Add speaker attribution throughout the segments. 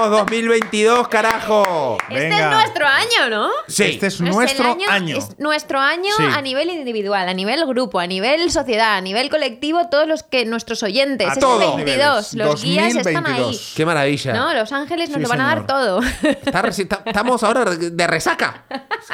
Speaker 1: 2022, carajo.
Speaker 2: Este es
Speaker 3: Venga.
Speaker 2: nuestro año, ¿no?
Speaker 1: Sí.
Speaker 3: Este es
Speaker 2: el
Speaker 3: nuestro año.
Speaker 2: Es nuestro año
Speaker 3: Sí.
Speaker 2: a nivel individual, a nivel grupo, a nivel sociedad, a nivel colectivo, todos los que nuestros oyentes,
Speaker 1: A
Speaker 2: ese
Speaker 1: todos
Speaker 2: 22, los guías están ahí.
Speaker 3: 2022.
Speaker 1: Qué maravilla.
Speaker 2: No, Los Ángeles nos
Speaker 3: Sí,
Speaker 2: lo van a dar
Speaker 3: señor.
Speaker 2: todo.
Speaker 1: Está resi- está- estamos ahora de resaca.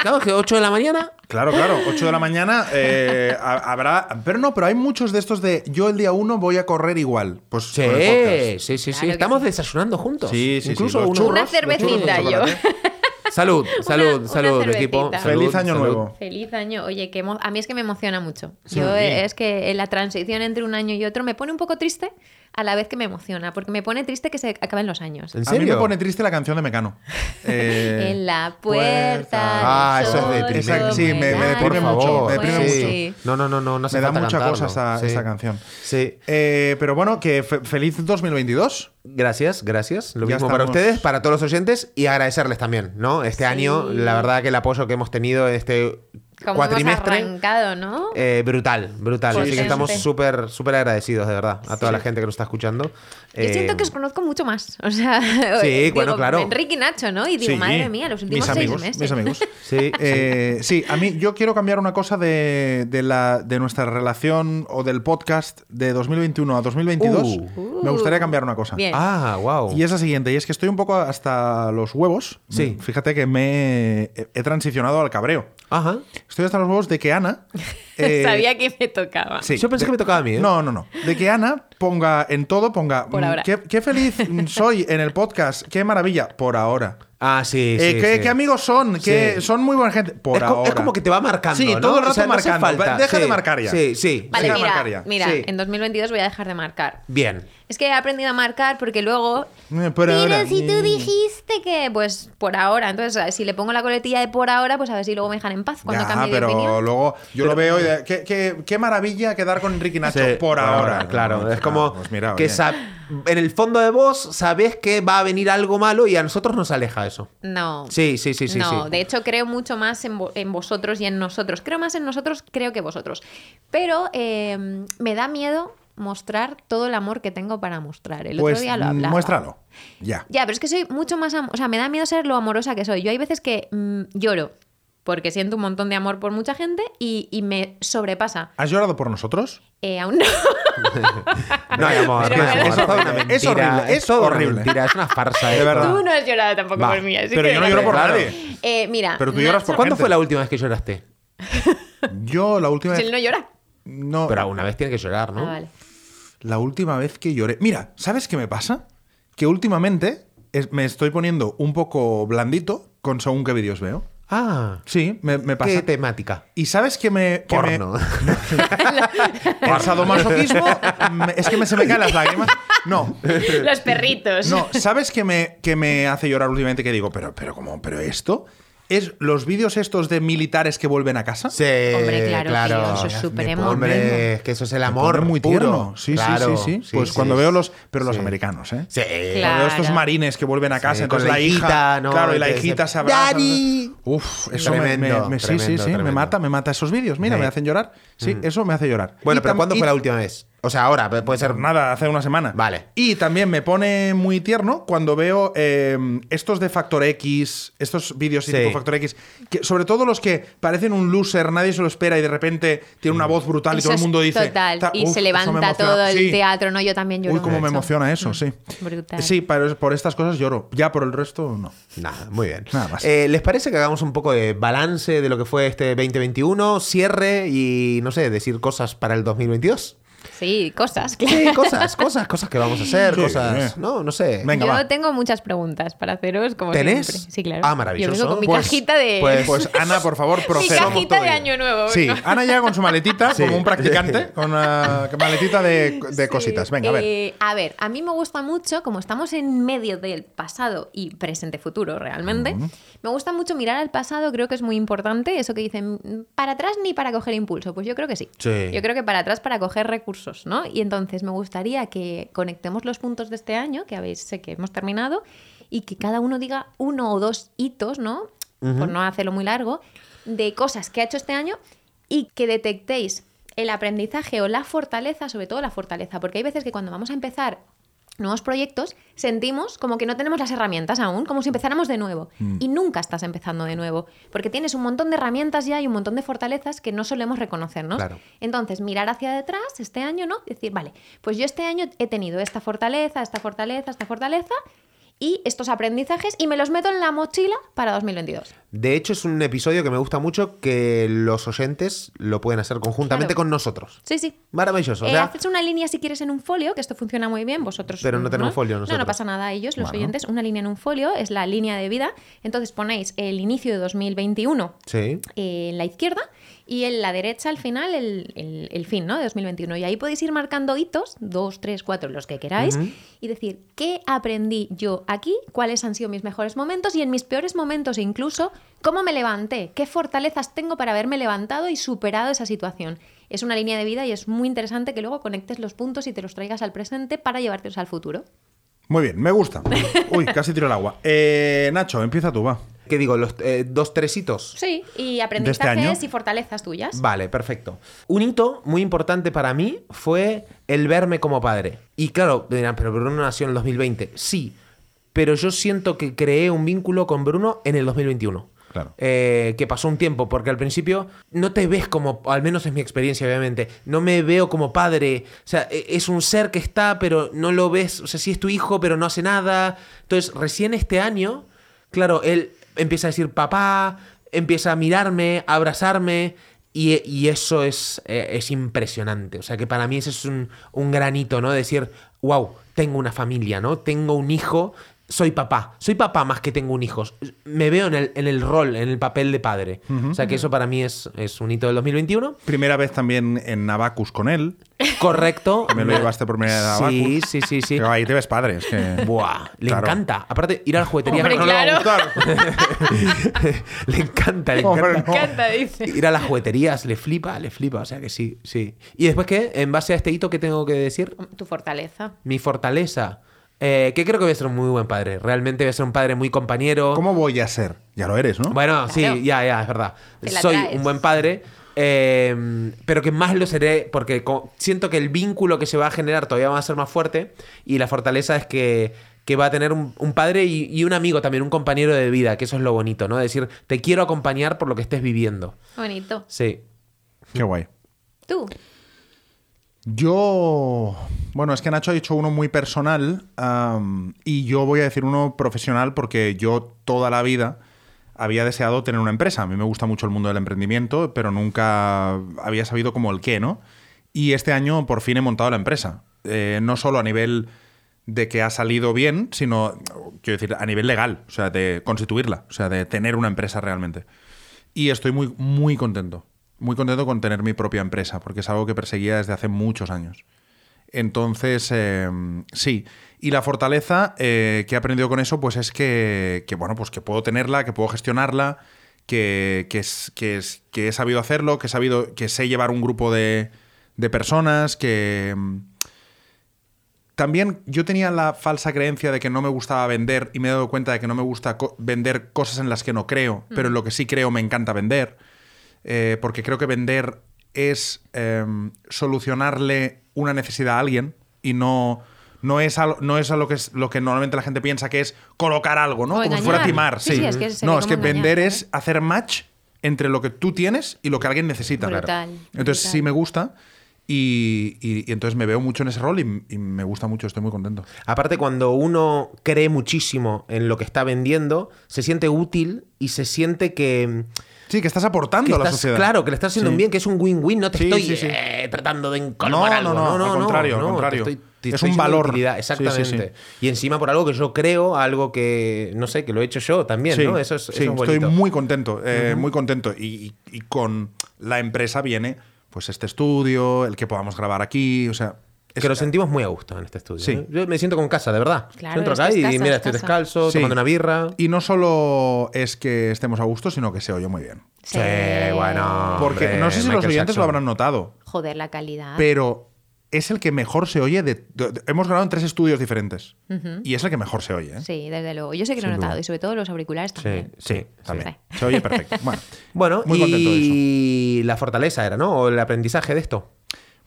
Speaker 1: Claro, que 8 de la mañana.
Speaker 3: Claro, claro, 8 de la mañana eh, ha- habrá. Pero no, pero hay muchos de estos de yo el día 1 voy a correr igual. Pues
Speaker 1: Sí,
Speaker 3: con el podcast.
Speaker 1: sí, sí, sí.
Speaker 2: Claro que
Speaker 1: Estamos
Speaker 2: sí.
Speaker 1: desayunando juntos.
Speaker 3: Sí, sí, sí.
Speaker 1: Incluso
Speaker 3: Los
Speaker 1: unos-
Speaker 3: churros,
Speaker 2: Una
Speaker 3: los churros con
Speaker 2: cervecita yo.
Speaker 3: chocolate.
Speaker 1: Salud, salud,
Speaker 2: una
Speaker 1: salud, equipo.
Speaker 2: cervecita.
Speaker 3: Feliz
Speaker 1: Salud,
Speaker 3: año
Speaker 1: salud.
Speaker 3: nuevo.
Speaker 2: Feliz año. Oye, que emo- a mí es que me emociona mucho.
Speaker 3: Sí.
Speaker 2: Yo eh, es que eh, la transición entre un año y otro me pone un poco triste a la vez que me emociona, porque me pone triste que se acaben los años.
Speaker 1: ¿En
Speaker 3: A mí me
Speaker 1: serio?
Speaker 3: pone triste la canción de Mecano. Eh,
Speaker 2: En la puerta.
Speaker 1: Ah,
Speaker 2: del
Speaker 1: eso es
Speaker 2: sol,
Speaker 1: deprimente.
Speaker 2: como
Speaker 3: Sí, me- me
Speaker 2: verano.
Speaker 1: Por
Speaker 3: deprime mucho,
Speaker 1: favor,
Speaker 3: me deprime
Speaker 2: Bueno,
Speaker 1: sí.
Speaker 3: mucho.
Speaker 2: sí.
Speaker 1: No, no, no, no, no hace
Speaker 3: me da
Speaker 1: falta
Speaker 3: mucha cosa
Speaker 1: cantarlo.
Speaker 3: esta,
Speaker 1: Sí.
Speaker 3: esta canción.
Speaker 1: Sí.
Speaker 3: Eh, pero bueno, que fe- feliz 2022.
Speaker 1: Gracias, gracias. Lo
Speaker 3: Ya
Speaker 1: mismo para
Speaker 3: estamos.
Speaker 1: ustedes, para todos los oyentes y agradecerles también, ¿no? Este
Speaker 2: Sí.
Speaker 1: año, la verdad que el apoyo que hemos tenido en este
Speaker 2: Como hemos
Speaker 1: cuatrimestre.
Speaker 2: arrancado, ¿no?
Speaker 1: eh, brutal, brutal.
Speaker 2: Sí,
Speaker 1: Así
Speaker 2: sí, sí.
Speaker 1: que estamos súper, súper agradecidos, de verdad, a toda la gente que nos está escuchando. Eh,
Speaker 2: Yo siento
Speaker 3: Em,
Speaker 2: que os conozco mucho más. O sea, digo,
Speaker 1: bueno, claro.
Speaker 2: Enrique y Nacho, ¿no? Y digo,
Speaker 3: Sí.
Speaker 2: madre mía, los últimos
Speaker 3: mis
Speaker 2: seis
Speaker 3: amigos,
Speaker 2: meses.
Speaker 3: Mis amigos.
Speaker 1: Sí,
Speaker 3: Eh, sí, a mí yo quiero cambiar una cosa de, de la, de nuestra relación o del podcast de 2021 a 2022.
Speaker 1: Uh.
Speaker 3: Me gustaría cambiar una cosa.
Speaker 2: Bien.
Speaker 1: Ah, wow.
Speaker 3: Y es la siguiente, y es que estoy un poco hasta los huevos.
Speaker 1: Sí.
Speaker 3: Fíjate que me he, he transicionado al cabreo.
Speaker 1: Ajá.
Speaker 3: Estoy hasta los huevos de que Ana... eh,
Speaker 2: Sabía que me tocaba.
Speaker 3: sí,
Speaker 1: Yo pensé
Speaker 3: de-
Speaker 1: que me tocaba a mí, ¿eh?
Speaker 3: No, no, no. De que Ana ponga en todo, ponga...
Speaker 2: Por
Speaker 3: mm,
Speaker 2: ahora.
Speaker 3: Qué, qué feliz mm, soy en el podcast, qué maravilla, por ahora.
Speaker 1: Ah, sí, sí.
Speaker 3: Eh, qué,
Speaker 1: sí.
Speaker 3: qué amigos son, qué,
Speaker 1: Sí.
Speaker 3: son muy buena gente. Por
Speaker 1: es, co-
Speaker 3: ahora.
Speaker 1: es como que te va marcando.
Speaker 3: Sí,
Speaker 1: ¿no?
Speaker 3: todo el
Speaker 1: O sea,
Speaker 3: rato
Speaker 1: no hace
Speaker 3: marcando.
Speaker 1: falta.
Speaker 3: Deja de
Speaker 1: Sí,
Speaker 3: marcar ya.
Speaker 1: Sí, sí.
Speaker 2: Vale,
Speaker 1: sí.
Speaker 3: Deja de
Speaker 2: mira,
Speaker 3: marcar ya.
Speaker 2: mira,
Speaker 1: Sí.
Speaker 2: en 2022 voy a dejar de marcar.
Speaker 1: Bien.
Speaker 2: Es que he aprendido a marcar porque luego.
Speaker 3: Eh, por
Speaker 2: Pero
Speaker 3: ahora.
Speaker 2: si tú
Speaker 3: Mm.
Speaker 2: dijiste que, pues por ahora. Entonces, si le pongo la coletilla de por ahora, pues a ver si luego me dejan en paz cuando
Speaker 3: Ya,
Speaker 2: cambie
Speaker 3: pero
Speaker 2: de opinión.
Speaker 3: luego yo lo veo y de- qué, qué- qué maravilla quedar con Ricky Nacho
Speaker 1: Sí,
Speaker 3: por ahora.
Speaker 1: Claro,
Speaker 3: No,
Speaker 1: es como
Speaker 3: pues mira,
Speaker 1: que
Speaker 3: oye.
Speaker 1: sa- en el fondo de vos sabés que va a venir algo malo y a nosotros nos aleja eso.
Speaker 2: No.
Speaker 1: Sí, sí, sí, sí.
Speaker 2: no,
Speaker 1: sí.
Speaker 2: de hecho creo mucho más en, vo- en vosotros y en nosotros. Creo más en nosotros, creo que vosotros. Pero eh, me da miedo mostrar todo el amor que tengo para mostrar. El
Speaker 3: pues
Speaker 2: otro día lo hablaba.
Speaker 3: muéstralo. Ya.
Speaker 2: Ya, pero es que soy mucho más... am- O sea, me da miedo ser lo amorosa que soy. Yo hay veces que mm, lloro porque siento un montón de amor por mucha gente y, y me sobrepasa.
Speaker 3: ¿Has llorado por nosotros?
Speaker 2: Eh, aún no.
Speaker 1: No hay amor,
Speaker 2: Pero
Speaker 1: no hay
Speaker 2: bueno.
Speaker 1: amor, es toda
Speaker 3: Es horrible,
Speaker 1: una mentira,
Speaker 3: es
Speaker 1: toda una
Speaker 3: horrible.
Speaker 1: mentira, es una farsa.
Speaker 3: De
Speaker 1: esto.
Speaker 3: verdad.
Speaker 2: Tú no has llorado tampoco
Speaker 1: Va,
Speaker 2: por mí. así
Speaker 3: Ah. pero
Speaker 2: que
Speaker 3: yo no
Speaker 2: vale.
Speaker 3: lloro por
Speaker 1: Claro.
Speaker 3: nadie.
Speaker 2: Eh, mira,
Speaker 3: Pero tú lloras
Speaker 2: Nacho-
Speaker 3: por
Speaker 1: ¿Cuándo
Speaker 3: gente.
Speaker 1: fue la última vez que lloraste?
Speaker 3: Yo la última
Speaker 2: Si
Speaker 3: vez.
Speaker 2: él no llora.
Speaker 3: No,
Speaker 1: Pero alguna vez tiene que llorar, ¿no?
Speaker 2: Ah, vale.
Speaker 3: la última vez que lloré. Mira, ¿sabes qué me pasa? Que últimamente es- me estoy poniendo un poco blandito con según qué vídeos veo.
Speaker 1: Ah,
Speaker 3: Sí, me, me pasa.
Speaker 1: qué temática.
Speaker 3: ¿Y sabes que me. que me-
Speaker 1: Porno.
Speaker 3: El sadomasoquismo me- es que me se me caen las lágrimas. No.
Speaker 2: Los perritos.
Speaker 3: No, ¿sabes que me, que me hace llorar últimamente? Que digo, pero, pero, ¿cómo? ¿Pero esto? ¿Es los vídeos estos de militares que vuelven a casa?
Speaker 1: Sí,
Speaker 2: Hombre, claro, tío, eso es
Speaker 1: Me
Speaker 2: súper
Speaker 1: pone- Hombre,
Speaker 3: emotivo.
Speaker 1: es que eso es el
Speaker 3: Me
Speaker 1: amor
Speaker 3: pone muy
Speaker 1: puro.
Speaker 3: tierno. Sí, sí,
Speaker 1: Claro,
Speaker 3: sí, sí, Pues cuando
Speaker 1: sí.
Speaker 3: veo los. Pero los
Speaker 1: Sí.
Speaker 3: americanos, ¿eh?
Speaker 1: Sí.
Speaker 2: Claro.
Speaker 3: Cuando veo estos marines que vuelven a casa,
Speaker 1: Sí,
Speaker 3: entonces
Speaker 1: con la
Speaker 3: la hija.
Speaker 1: hijita, ¿no?
Speaker 3: Claro, y la
Speaker 1: Entonces,
Speaker 3: hijita se abraza.
Speaker 1: "Daddy".
Speaker 3: Uf, eso me-
Speaker 1: Tremendo,
Speaker 3: me, me- sí, sí,
Speaker 1: tremendo,
Speaker 3: sí,
Speaker 1: tremendo.
Speaker 3: me mata, me mata esos vídeos. Mira,
Speaker 1: Sí. Mm.
Speaker 3: me hacen llorar. Sí, eso me hace llorar.
Speaker 1: Bueno,
Speaker 3: Y
Speaker 1: pero
Speaker 3: tam-
Speaker 1: ¿cuándo
Speaker 3: y
Speaker 1: fue la última vez? O sea, ahora, puede ser
Speaker 3: Nada, hace una semana.
Speaker 1: Vale.
Speaker 3: Y también me pone muy tierno cuando veo eh, estos de Factor X, estos vídeos y
Speaker 1: Sí.
Speaker 3: tipo Factor X, que, sobre todo los que parecen un loser, nadie se lo espera y de repente tiene una voz brutal y
Speaker 2: Eso
Speaker 3: todo el
Speaker 2: es
Speaker 3: mundo dice.
Speaker 2: Total.
Speaker 3: "Ta- uf,
Speaker 2: y se
Speaker 3: eso me
Speaker 2: levanta
Speaker 3: emociona".
Speaker 2: todo el
Speaker 3: Sí.
Speaker 2: teatro, ¿no? Yo también lloro.
Speaker 3: Uy, cómo me
Speaker 2: mucho.
Speaker 3: emociona eso, sí.
Speaker 2: Brutal.
Speaker 3: Sí, pero por estas cosas lloro. Ya por el resto, no.
Speaker 1: Nada, muy bien.
Speaker 3: Nada más.
Speaker 1: Eh, ¿Les parece que hagamos un poco de balance de lo que fue este 2021, cierre y, no sé, decir cosas para el 2022?
Speaker 2: Sí, cosas, claro.
Speaker 1: Sí, cosas, cosas, cosas que vamos a hacer,
Speaker 3: Sí,
Speaker 1: cosas,
Speaker 3: eh.
Speaker 1: no, no sé.
Speaker 3: Venga,
Speaker 2: Yo
Speaker 3: va.
Speaker 2: tengo muchas preguntas para haceros, como
Speaker 1: ¿Tenés?
Speaker 2: siempre. Sí, claro.
Speaker 1: Ah, maravilloso.
Speaker 2: Yo vengo con mi
Speaker 1: Pues-
Speaker 2: cajita de...
Speaker 1: pues-
Speaker 3: Pues Ana, por favor, proceda.
Speaker 2: Mi cajita de año nuevo.
Speaker 3: Sí, ah,
Speaker 2: vengo.
Speaker 3: Ana llega con su maletita,
Speaker 1: Sí.
Speaker 3: como un practicante, con una maletita de, de cositas. Venga, a ver.
Speaker 2: Eh, a ver, a mí me gusta mucho, como estamos en medio del pasado y presente futuro realmente, me gusta mucho mirar al pasado, creo que es muy importante eso que dicen, "Mm, para atrás ni para coger impulso, pues yo creo que sí.
Speaker 1: Sí.
Speaker 2: Yo creo que para atrás para coger recursos, ¿no? Y entonces me gustaría que conectemos los puntos de este año, que habéis, sé que hemos terminado, y que cada uno diga uno o dos hitos, ¿no? Por no hacerlo muy largo, de cosas que ha hecho este año y que detectéis el aprendizaje o la fortaleza, sobre todo la fortaleza, porque hay veces que cuando vamos a empezar nuevos proyectos, sentimos como que no tenemos las herramientas aún, como si empezáramos de nuevo. Y nunca estás empezando de nuevo, porque tienes un montón de herramientas ya y un montón de fortalezas que no solemos reconocernos.
Speaker 1: Claro.
Speaker 2: Entonces, mirar hacia detrás este año, ¿no? Decir, vale, pues yo este año he tenido esta fortaleza, esta fortaleza, esta fortaleza y estos aprendizajes y me los meto en la mochila para 2022.
Speaker 1: De hecho, es un episodio que me gusta mucho que los oyentes lo pueden hacer conjuntamente
Speaker 2: Claro.
Speaker 1: con nosotros.
Speaker 2: Sí, sí.
Speaker 1: Maravilloso. o
Speaker 2: Eh,
Speaker 1: sea,
Speaker 2: haces una línea si quieres en un folio, que esto funciona muy bien, vosotros.
Speaker 1: Pero no tenemos folio
Speaker 2: No,
Speaker 1: nosotros.
Speaker 2: no pasa nada, ellos, los
Speaker 1: Bueno.
Speaker 2: oyentes, una línea en un folio es la línea de vida. Entonces ponéis el inicio de 2021
Speaker 1: Sí.
Speaker 2: eh, en la izquierda y en la derecha al final el, el- el fin, ¿no? De 2021. Y ahí podéis ir marcando hitos, dos, tres, cuatro, los que queráis, y decir, ¿qué aprendí yo aquí? ¿Cuáles han sido mis mejores momentos? Y en mis peores momentos e incluso, ¿cómo me levanté? ¿Qué fortalezas tengo para haberme levantado y superado esa situación? Es una línea de vida y es muy interesante que luego conectes los puntos y te los traigas al presente para llevártelos al futuro.
Speaker 3: Muy bien, me gusta. Uy, casi tiro el agua. Eh, Nacho, empieza tú, va.
Speaker 1: ¿Qué digo? Los, eh, ¿Dos, tres hitos?
Speaker 2: Sí, y
Speaker 3: este
Speaker 2: aprendizajes
Speaker 3: año?
Speaker 2: y fortalezas tuyas.
Speaker 1: Vale, perfecto. Un hito muy importante para mí fue el verme como padre. Y claro, dirán, pero Bruno nació en el 2020. Sí, pero yo siento que creé un vínculo con Bruno en el 2021.
Speaker 3: Claro.
Speaker 1: Eh, que pasó un tiempo, porque al principio no te ves como, al menos es mi experiencia, obviamente, no me veo como padre. O sea, e- es un ser que está, pero no lo ves. O sea, sí es tu hijo, pero no hace nada. Entonces, recién este año, claro, él empieza a decir papá, empieza a mirarme, a abrazarme. Y, y eso es, eh, es impresionante. O sea que para mí ese es un, un granito, ¿no? Decir, wow, tengo una familia, ¿no? Tengo un hijo soy papá. Soy papá más que tengo un hijo. Me veo en el, en el rol, en el papel de padre. O sea que eso para mí es, es un hito del 2021.
Speaker 3: Primera vez también en Abacus con él.
Speaker 1: Correcto.
Speaker 3: Me lo llevaste por primera vez a Abacus.
Speaker 1: Sí, sí, sí, sí.
Speaker 3: Pero ahí te ves padre, es que...
Speaker 1: Buah, le
Speaker 3: Claro.
Speaker 1: encanta. Aparte, ir a la juguetería.
Speaker 2: Hombre,
Speaker 1: no le va a
Speaker 2: claro.
Speaker 1: gustar. le encanta, le
Speaker 3: Hombre,
Speaker 1: encanta.
Speaker 3: no.
Speaker 2: dice.
Speaker 1: Ir a las jugueterías, le flipa, le flipa. O sea que sí, sí. ¿Y después qué? En base a este hito, ¿qué tengo que decir?
Speaker 2: Tu fortaleza.
Speaker 1: Mi fortaleza. Eh, que creo que voy a ser un muy buen padre. Realmente voy a ser un padre muy compañero.
Speaker 3: ¿Cómo voy a ser? Ya lo eres, ¿no?
Speaker 1: Bueno,
Speaker 2: Claro.
Speaker 1: sí, ya, ya, es verdad.
Speaker 2: Te la
Speaker 1: Soy
Speaker 2: traes.
Speaker 1: un buen padre, eh, pero que más lo seré porque co- siento que el vínculo que se va a generar todavía va a ser más fuerte y la fortaleza es que, que va a tener un, un padre y, y un amigo también, un compañero de vida, que eso es lo bonito, ¿no? Decir, te quiero acompañar por lo que estés viviendo.
Speaker 2: Bonito.
Speaker 1: Sí.
Speaker 3: Qué guay.
Speaker 2: Tú.
Speaker 3: Yo. Bueno, es que Nacho ha dicho uno muy personal am, y yo voy a decir uno profesional porque yo toda la vida había deseado tener una empresa. A mí me gusta mucho el mundo del emprendimiento, pero nunca había sabido como el qué, ¿no? Y este año por fin he montado la empresa. Eh, no solo a nivel de que ha salido bien, sino, quiero decir, a nivel legal, o sea, de constituirla, o sea, de tener una empresa realmente. Y estoy muy, muy contento. Muy contento con tener mi propia empresa, porque es algo que perseguía desde hace muchos años. Entonces, eh, sí. Y la fortaleza eh, que he aprendido con eso, pues es que, que, bueno, pues que puedo tenerla, que puedo gestionarla, que, que es, que, es- que he sabido hacerlo, que he sabido, que sé llevar un grupo de, de personas, que. mm, También yo tenía la falsa creencia de que no me gustaba vender y me he dado cuenta de que no me gusta co- vender cosas en las que no creo,
Speaker 2: Mm.
Speaker 3: pero en lo que sí creo me encanta vender eh, porque creo que vender es em, solucionarle una necesidad a alguien y no, no es, al- no es a lo, que es lo que normalmente la gente piensa que es colocar algo, ¿no?
Speaker 2: O
Speaker 3: como si fuera
Speaker 2: engañar.
Speaker 3: timar.
Speaker 2: Sí,
Speaker 3: Sí,
Speaker 2: sí, es que se ve
Speaker 3: no, es
Speaker 2: como
Speaker 3: que
Speaker 2: engañar,
Speaker 3: vender
Speaker 2: ¿no?
Speaker 3: es hacer match entre lo que tú tienes y lo que alguien necesita.
Speaker 2: Brutal,
Speaker 3: Claro. Entonces
Speaker 2: brutal.
Speaker 3: sí me gusta y, y- y entonces me veo mucho en ese rol y, y me gusta mucho, estoy muy contento.
Speaker 1: Aparte, cuando uno cree muchísimo en lo que está vendiendo, se siente útil y se siente que,
Speaker 3: Sí, que estás aportando
Speaker 1: que
Speaker 3: a la
Speaker 1: estás-
Speaker 3: sociedad.
Speaker 1: Claro, que le estás haciendo
Speaker 3: Sí.
Speaker 1: un bien, que es un win-win. No te
Speaker 3: Sí,
Speaker 1: estoy
Speaker 3: sí, sí.
Speaker 1: eh, tratando de
Speaker 3: No,
Speaker 1: encolmar
Speaker 3: no,
Speaker 1: algo.
Speaker 3: no, al contrario, al
Speaker 1: no, te
Speaker 3: contrario.
Speaker 1: estoy- te
Speaker 3: Es
Speaker 1: estoy
Speaker 3: un
Speaker 1: diciendo
Speaker 3: valor.
Speaker 1: utilidad,
Speaker 3: Sí, sí, sí.
Speaker 1: Exactamente. Y encima por algo que yo creo, algo que, no sé, que lo he hecho yo también,
Speaker 3: Sí,
Speaker 1: ¿no? Eso es, eso
Speaker 3: sí,
Speaker 1: es
Speaker 3: estoy
Speaker 1: bonito.
Speaker 3: muy contento, eh, muy contento. Y, y- y con la empresa viene pues este estudio, el que podamos grabar aquí, o sea... es-
Speaker 1: Que lo sentimos muy a gusto en este estudio.
Speaker 3: Sí.
Speaker 1: ¿eh? Yo me siento con casa, de verdad.
Speaker 2: Claro,
Speaker 1: Yo entro
Speaker 2: es
Speaker 1: acá
Speaker 2: que
Speaker 1: y
Speaker 2: es casa,
Speaker 1: mira,
Speaker 2: es
Speaker 1: estoy
Speaker 2: casa.
Speaker 1: descalzo,
Speaker 3: Sí.
Speaker 1: tomando una birra.
Speaker 3: Y no solo es que estemos a gusto, sino que se oye muy bien.
Speaker 1: Sí, bueno.
Speaker 3: Porque
Speaker 1: Hombre,
Speaker 3: no sé si los
Speaker 1: Michael
Speaker 3: oyentes
Speaker 1: Jackson.
Speaker 3: lo habrán notado,
Speaker 2: Joder, la calidad.
Speaker 3: pero es el que mejor se oye de... de- de- hemos grabado en tres estudios diferentes. Y es el que mejor se oye, ¿eh?
Speaker 2: Sí, desde luego. Yo sé que lo he
Speaker 1: Sin
Speaker 2: notado.
Speaker 1: duda.
Speaker 2: Y sobre todo los auriculares
Speaker 1: Sí,
Speaker 2: también.
Speaker 1: sí,
Speaker 3: También.
Speaker 1: sí.
Speaker 3: Se oye perfecto. Bueno,
Speaker 1: Bueno,
Speaker 3: muy contento de eso.
Speaker 1: y la fortaleza era, ¿no? O el aprendizaje de esto.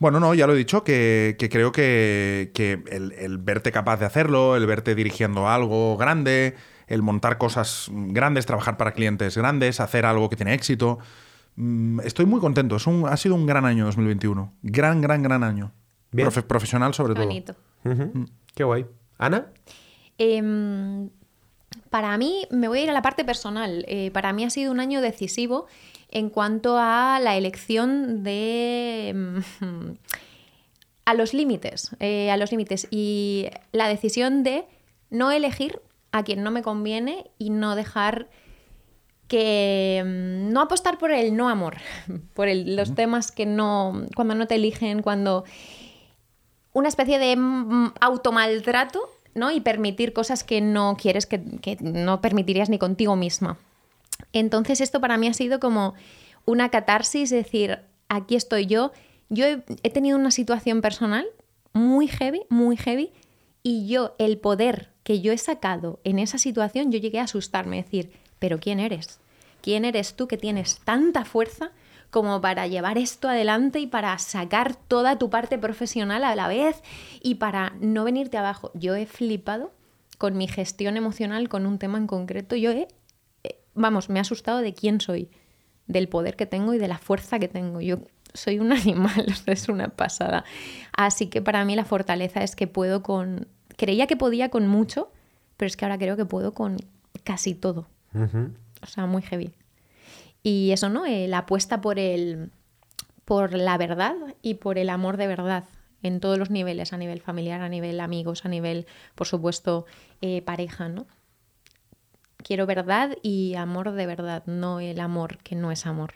Speaker 3: Bueno, no, ya lo he dicho, que, que creo que, que el, el verte capaz de hacerlo, el verte dirigiendo algo grande, el montar cosas grandes, trabajar para clientes grandes, hacer algo que tiene éxito. Mm, Estoy muy contento, es un, ha sido un gran año 2021. Gran, gran, gran año.
Speaker 1: Bien.
Speaker 3: Profe- profesional sobre
Speaker 2: Qué
Speaker 3: todo.
Speaker 2: bonito.
Speaker 1: Ujú. Qué guay. ¿Ana?
Speaker 2: Em, para mí, me voy a ir a la parte personal. Eh, para mí ha sido un año decisivo en cuanto a la elección de. em, a los límites. eh, a los límites. Y la decisión de no elegir a quien no me conviene y no dejar que mm, no apostar por el no amor, por el- los temas que no, cuando no te eligen, cuando una especie de mm, automaltrato, ¿no? Y permitir cosas que no quieres, que, que no permitirías ni contigo misma. Entonces esto para mí ha sido como una catarsis, es decir, aquí estoy yo. Yo he, he tenido una situación personal muy heavy, muy heavy, y yo, el poder que yo he sacado en esa situación, yo llegué a asustarme, es decir, pero ¿quién eres? ¿Quién eres tú que tienes tanta fuerza como para llevar esto adelante y para sacar toda tu parte profesional a la vez y para no venirte abajo? Yo he flipado con mi gestión emocional con un tema en concreto. Yo he, eh, vamos, me he asustado de quién soy, del poder que tengo y de la fuerza que tengo. Yo soy un animal, o sea, es una pasada. Así que para mí la fortaleza es que puedo con... Creía que podía con mucho, pero es que ahora creo que puedo con casi todo. O sea, muy heavy. Y eso, ¿no? Eh, la apuesta por el por la verdad y por el amor de verdad en todos los niveles, a nivel familiar, a nivel amigos, a nivel, por supuesto, eh, pareja, ¿no? Quiero verdad y amor de verdad, no el amor que no es amor.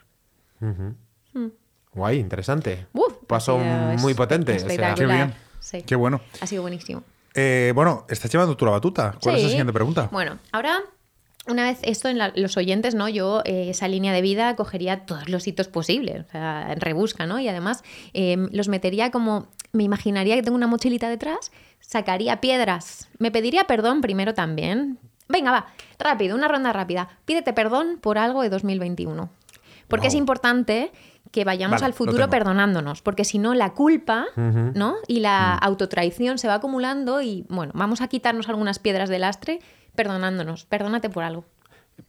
Speaker 1: Guay, interesante.
Speaker 2: ¡Uf!
Speaker 1: Pasó
Speaker 2: Ha sido
Speaker 1: muy potente, o sea.
Speaker 2: espectacular.
Speaker 3: Qué bien.
Speaker 2: Sí.
Speaker 3: Qué bueno.
Speaker 2: Ha sido buenísimo.
Speaker 3: Eh, bueno, estás llevando tú la batuta. ¿Cuál es la
Speaker 2: Sí.
Speaker 3: siguiente pregunta?
Speaker 2: Bueno, ahora, una vez esto en la- los oyentes, ¿no? Yo eh, esa línea de vida cogería todos los hitos posibles, o sea, en rebusca, ¿no? Y además eh, los metería como, me imaginaría que tengo una mochilita detrás, sacaría piedras, me pediría perdón primero también. Venga, va, rápido, una ronda rápida. Pídete perdón por algo de 2021. Porque es
Speaker 3: Wow.
Speaker 2: importante que vayamos
Speaker 3: Vale,
Speaker 2: al
Speaker 3: lo
Speaker 2: futuro
Speaker 3: tengo.
Speaker 2: perdonándonos, porque si no la culpa, ¿no? Y la autotraición se va acumulando y bueno, vamos a quitarnos algunas piedras del lastre perdonándonos. Perdónate por algo.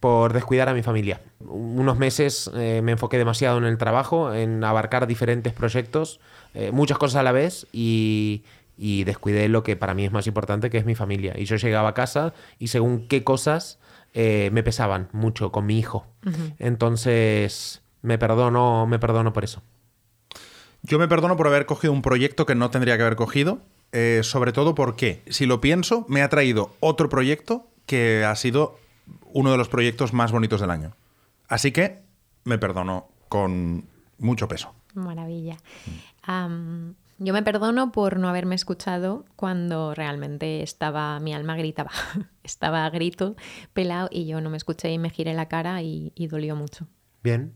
Speaker 1: por descuidar a mi familia. Unos meses eh, me enfoqué demasiado en el trabajo, en abarcar diferentes proyectos, eh, muchas cosas a la vez y, y descuidé lo que para mí es más importante, que es mi familia. Y yo llegaba a casa y según qué cosas eh, me pesaban mucho con mi hijo. Entonces me perdono, me perdono por eso.
Speaker 3: Yo me perdono por haber cogido un proyecto que no tendría que haber cogido, eh, sobre todo porque, si lo pienso, me ha traído otro proyecto que ha sido uno de los proyectos más bonitos del año. Así que me perdono con mucho peso.
Speaker 2: Maravilla. Am, yo me perdono por no haberme escuchado cuando realmente estaba, mi alma gritaba, estaba a grito, pelado y yo no me escuché y me giré la cara y, y dolió mucho.
Speaker 1: Bien.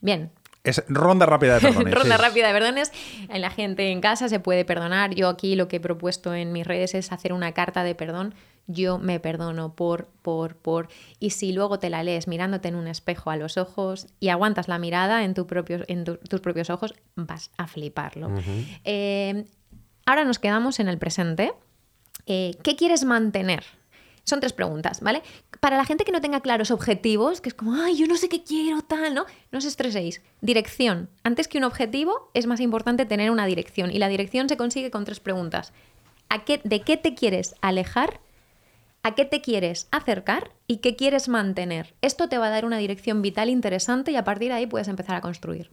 Speaker 2: Bien,
Speaker 3: Es ronda rápida de perdones.
Speaker 2: Ronda
Speaker 3: Sí.
Speaker 2: rápida de perdones. En la gente en casa se puede perdonar. Yo aquí lo que he propuesto en mis redes es hacer una carta de perdón. Yo me perdono por, por, por. Y si luego te la lees mirándote en un espejo a los ojos y aguantas la mirada en, tu propio- en tu- tus propios ojos, vas a fliparlo. Eh, ahora nos quedamos en el presente. Eh, ¿Qué quieres mantener? Son tres preguntas, ¿vale? Para la gente que no tenga claros objetivos, que es como, ay, yo no sé qué quiero, tal, ¿no? No os estreséis. Dirección. Antes que un objetivo, es más importante tener una dirección. Y la dirección se consigue con tres preguntas. ¿A qué, ¿De qué te quieres alejar? ¿A qué te quieres acercar? ¿Y qué quieres mantener? Esto te va a dar una dirección vital interesante y a partir de ahí puedes empezar a construir.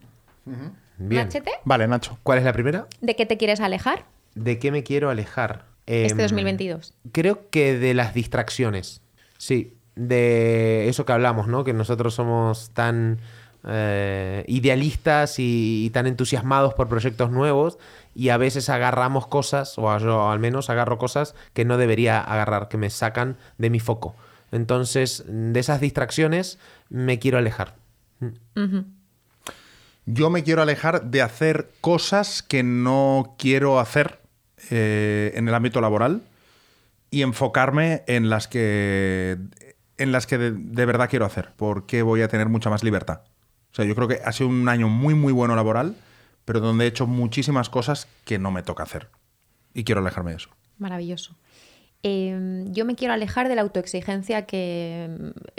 Speaker 1: Bien.
Speaker 2: Machete,
Speaker 3: Vale, Nacho.
Speaker 1: ¿Cuál es la primera?
Speaker 2: ¿de qué te quieres alejar
Speaker 1: ¿De qué me quiero alejar?
Speaker 2: este
Speaker 1: Em,
Speaker 2: 2022?
Speaker 1: Creo que de las distracciones. Sí, de eso que hablamos, ¿no? Que nosotros somos tan eh, idealistas y, y tan entusiasmados por proyectos nuevos y a veces agarramos cosas, o yo al menos agarro cosas que no debería agarrar, que me sacan de mi foco. Entonces, de esas distracciones me quiero alejar.
Speaker 3: Yo me quiero alejar de hacer cosas que no quiero hacer eh, en el ámbito laboral y enfocarme en las que en las que de, de verdad quiero hacer, porque voy a tener mucha más libertad. O sea, yo creo que ha sido un año muy muy bueno laboral, pero donde he hecho muchísimas cosas que no me toca hacer. Y quiero alejarme de eso.
Speaker 2: Maravilloso. Eh, yo me quiero alejar de la autoexigencia que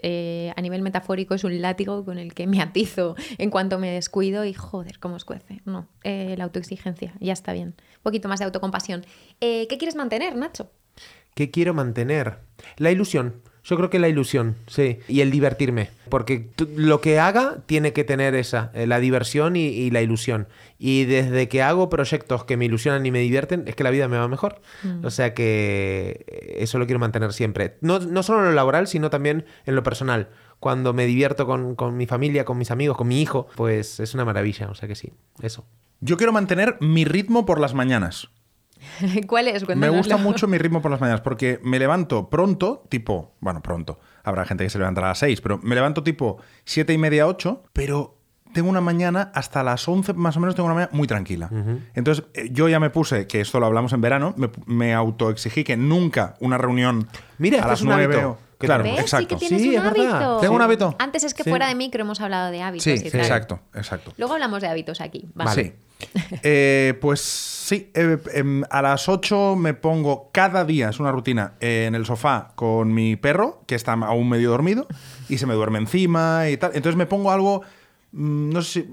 Speaker 2: eh, a nivel metafórico es un látigo con el que me atizo en cuanto me descuido y joder, cómo escuece. No, eh, la autoexigencia, ya está bien. Un poquito más de autocompasión. Eh, ¿Qué quieres mantener, Nacho?
Speaker 1: ¿Qué quiero mantener? La ilusión. Yo creo que la ilusión, sí. Y el divertirme. Porque tú- lo que haga tiene que tener esa, eh, la diversión y, y la ilusión. Y desde que hago proyectos que me ilusionan y me divierten, es que la vida me va mejor. O sea que eh, eso lo quiero mantener siempre. No, no solo en lo laboral, sino también en lo personal. Cuando me divierto con, con mi familia, con mis amigos, con mi hijo, pues es una maravilla. O sea que sí, eso.
Speaker 3: Yo quiero mantener mi ritmo por las mañanas.
Speaker 2: ¿Cuál es?
Speaker 3: Me
Speaker 2: Cuéntanoslo.
Speaker 3: gusta mucho mi ritmo por las mañanas porque me levanto pronto, tipo, bueno, pronto. Habrá gente que se levantará a las 6, pero me levanto tipo 7 y media, 8, pero tengo una mañana hasta las 11 más o menos, tengo una mañana muy tranquila. Entonces eh, yo ya me puse, que esto lo hablamos en verano, me, me autoexigí que nunca una reunión
Speaker 1: Mira,
Speaker 3: a
Speaker 1: este
Speaker 3: las
Speaker 1: es un
Speaker 3: 9
Speaker 1: hábito
Speaker 3: o-
Speaker 1: que
Speaker 3: Claro,
Speaker 2: ¿Ves? Sí que
Speaker 3: exacto.
Speaker 2: tienes
Speaker 1: Sí,
Speaker 2: un
Speaker 1: es verdad.
Speaker 2: hábito.
Speaker 3: Tengo un hábito.
Speaker 2: Antes es que
Speaker 1: Sí.
Speaker 2: fuera de micro hemos hablado de hábitos
Speaker 3: Sí,
Speaker 2: y
Speaker 3: sí,
Speaker 2: tal.
Speaker 3: exacto, exacto.
Speaker 2: Luego hablamos de hábitos aquí. Vale.
Speaker 3: Sí. Eh, pues sí, eh, em, a las 8 me pongo cada día, es una rutina, eh, en el sofá con mi perro, que está aún medio dormido, y se me duerme encima y tal. Entonces me pongo algo, mm, no sé, si-